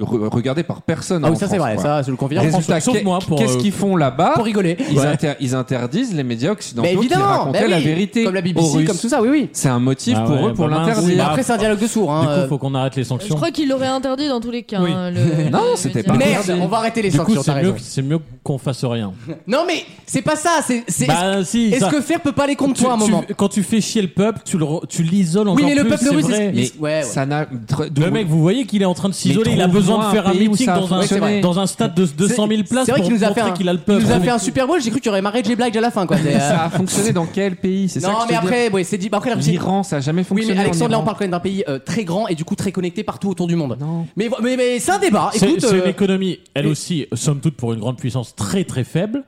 S5: euh, re- regardé par personne.
S2: Ah oui,
S5: en
S2: ça c'est
S5: France,
S2: vrai,
S5: quoi.
S2: ça je le confirme.
S3: François,
S5: Résultat,
S3: sauf
S5: qu'est-
S3: moi pour,
S5: qu'est-ce
S3: euh,
S5: qu'ils font là-bas
S2: Pour rigoler.
S5: ils,
S2: Ouais.
S5: inter- ils interdisent les médias occidentaux
S2: Mais
S5: qui
S2: évidemment,
S5: racontaient
S2: bah
S5: la
S2: oui,
S5: vérité
S2: Comme la
S5: aux
S2: BBC,
S5: Russes.
S2: comme tout ça, oui, oui.
S5: C'est un motif
S3: Ah
S5: pour
S3: ouais,
S5: eux pour
S3: bah mince.
S2: Oui,
S5: l'interdire.
S2: bah après, c'est un dialogue de sourds.
S3: Du
S2: Hein.
S3: coup, faut qu'on arrête les
S4: Je
S3: sanctions.
S4: crois qu'il l'aurait interdit dans tous les cas. hein, le-
S5: Non,
S4: le
S5: c'était
S4: média.
S5: pas-
S2: Merde, on va arrêter les
S3: Du coup,
S2: sanctions, t'as
S3: c'est mieux,
S2: raison.
S3: que- c'est mieux qu'on fasse rien.
S2: Non, mais c'est pas ça. C'est, c'est-
S3: Bah, si,
S2: est-ce
S3: ça-
S2: que faire peut pas aller contre
S3: Tu-
S2: toi à un
S3: tu-
S2: moment
S3: Quand tu fais chier le peuple, tu le re- tu l'isoles encore
S2: Oui,
S3: plus.
S2: mais le peuple
S3: c'est
S2: russe,
S3: vrai.
S2: il-
S5: Mais
S2: Ouais, ouais.
S5: ça n'a dr-
S3: Le mec, vous voyez qu'il est en train de s'isoler.
S5: Mais
S3: Il a besoin de
S5: trouve-moi
S3: faire
S5: un
S3: un
S5: pays où
S3: meeting
S5: ça a
S3: dans un,
S5: fonctionné.
S3: dans un stade de 200 000 places
S2: C'est vrai
S3: pour
S2: qu'il nous a fait
S3: montrer
S2: un,
S3: qu'il a le peuple.
S2: il
S5: Ah,
S2: nous a fait un Super Bowl. J'ai cru qu'il y aurait marre de Jay Black à la fin, quoi. C'est, euh,
S5: ça a fonctionné dans quel pays C'est ça que
S2: non,
S5: je
S2: mais
S5: te dis.
S2: après, ouais, c'est dit. bah, après, la Russie-
S5: l'Iran, ça a jamais
S2: Oui,
S5: fonctionné.
S2: mais
S5: en
S2: Alexandre, là, on
S5: Iran.
S2: parle quand même d'un pays euh, très grand et du coup très connecté partout autour du monde.
S5: Non.
S2: Mais, mais, mais c'est un débat.
S3: C'est
S2: Écoute,
S3: c'est une
S2: euh,
S3: économie, elle
S2: et-
S3: aussi, somme toute, pour une grande puissance très très faible.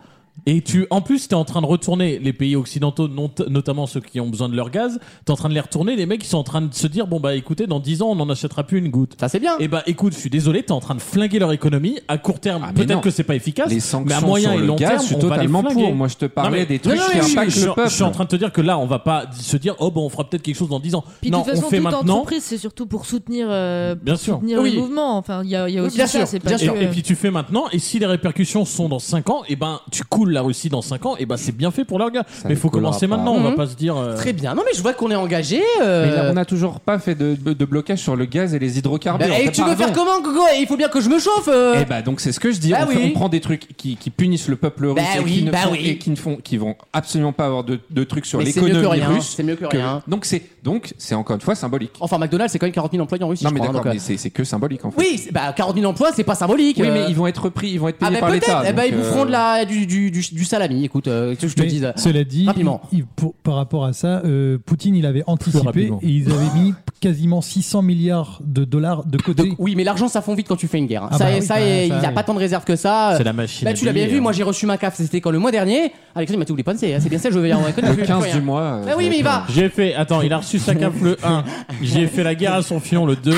S3: Et tu, en plus, t'es en train de retourner les pays occidentaux, non- notamment ceux qui ont besoin de leur gaz. T'es en train de les retourner. Les mecs, ils sont en train de se dire, bon bah écoutez, dans 10 ans, on n'en achètera plus une goutte.
S2: ça c'est bien.
S3: Et bah écoute, je suis désolé, t'es en train de flinguer leur économie à court terme.
S5: Ah, mais non.
S3: Peut-être que c'est pas efficace,
S5: Les
S3: mais à
S5: sanctions
S3: moyen
S5: sur
S3: et
S5: le
S3: long
S5: gaz,
S3: terme,
S5: je suis
S3: on va les
S5: totalement
S3: flinguer.
S5: pour. Moi, je te
S3: Non,
S5: parlais
S3: mais-
S5: des
S3: non,
S5: trucs
S3: non,
S5: qui
S3: mais je suis-
S5: impactent
S3: je suis-
S5: le peuple.
S3: Je suis en train de te dire que là, on va pas se dire, oh bah on fera peut-être quelque chose dans 10 ans.
S4: Puis de
S3: non,
S4: toute façon,
S3: on fait
S4: toute
S3: maintenant.
S4: entreprise, c'est surtout pour soutenir, euh, pour
S3: Bien sûr.
S4: soutenir
S2: Oui.
S4: le mouvement. Enfin, il y a, il y a
S2: Oui,
S4: aussi
S2: bien
S4: ça.
S2: sûr,
S4: c'est pas
S2: bien
S4: que-
S3: Et,
S2: sûr.
S3: et puis tu fais maintenant, et si les répercussions sont dans 5 ans, et ben tu coules la Russie dans 5 ans, et ben c'est bien fait pour leur gars. Mais
S5: les
S3: faut
S5: coulera
S3: commencer
S5: pas.
S3: maintenant, on va
S2: Mhm.
S3: pas se dire. euh,
S2: Très bien. Non, mais je vois qu'on est engagé.
S5: Mais
S2: euh,
S5: là, on n'a toujours pas fait de, de blocage sur le gaz et les
S2: bah,
S5: hydrocarbures.
S2: et
S5: Enfin,
S2: tu veux
S5: pardon.
S2: faire comment, Gogo Il faut bien que je me chauffe. euh.
S5: Eh bah donc c'est ce que je dis.
S2: Bah
S5: on, fait-
S2: oui.
S5: on prend des trucs qui, qui punissent le peuple russe
S2: Bah
S5: et,
S2: oui,
S5: qui ne
S2: bah
S5: font,
S2: oui.
S5: et qui ne font, qui vont absolument pas avoir de, de trucs sur
S2: Mais c'est mieux que
S5: l'économie
S2: rien,
S5: russe.
S2: c'est mieux que rien.
S5: Donc c'est donc c'est encore une fois symbolique.
S2: Enfin, McDonald's, c'est quand même 40 000 employés en Russie.
S5: non
S2: je
S5: mais
S2: crois, hein,
S5: d'accord,
S2: donc, euh,
S5: mais c'est c'est que symbolique en fait.
S2: Oui, c'est- bah 40 000 emplois, c'est pas symbolique.
S5: Oui,
S2: euh.
S5: mais ils vont être repris, ils vont être
S2: Ah bah
S5: payés par l'État.
S2: peut-être. Eh bah,
S5: donc,
S2: ils vous
S5: euh,
S2: feront de la du, du, du, du salami. Écoute, euh, qu'est-ce que je te
S6: Mais
S2: dis.
S6: Cela dit,
S2: rapidement.
S6: il- il- pour- par rapport à ça, euh, Poutine, il avait anticipé
S3: rapidement.
S6: et ils avaient mis quasiment 600 milliards de dollars de côté.
S2: Donc, oui, mais l'argent, ça fond vite quand tu fais une guerre. hein.
S6: Ah
S2: ça,
S6: bah oui,
S2: ça,
S6: bah,
S2: et-
S6: ça,
S2: il a
S6: oui.
S2: pas tant de réserve que ça.
S3: C'est la machine
S2: Là,
S3: à
S2: tu l'as bien
S3: billets,
S2: vu.
S3: hein.
S2: Moi, j'ai reçu ma CAF. C'était quand le mois dernier. Alexandre, il m'a tout oublié penser. hein. C'est bien ça, je vais y avoir
S5: le 15 du mois. euh,
S2: Bah oui, mais il va.
S3: hein. J'ai fait, attends, il a reçu sa cape le 1, j'ai fait la guerre à son fion le 2,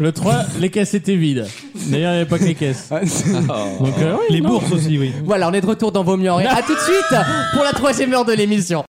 S3: le 3, les caisses étaient vides. D'ailleurs, il n'y avait pas que les caisses. Donc, euh, oui,
S6: Ah. Les
S3: non.
S6: bourses aussi, oui.
S2: Voilà, on est de retour dans Vos Mieux en Rire. À tout de suite pour la troisième heure de l'émission.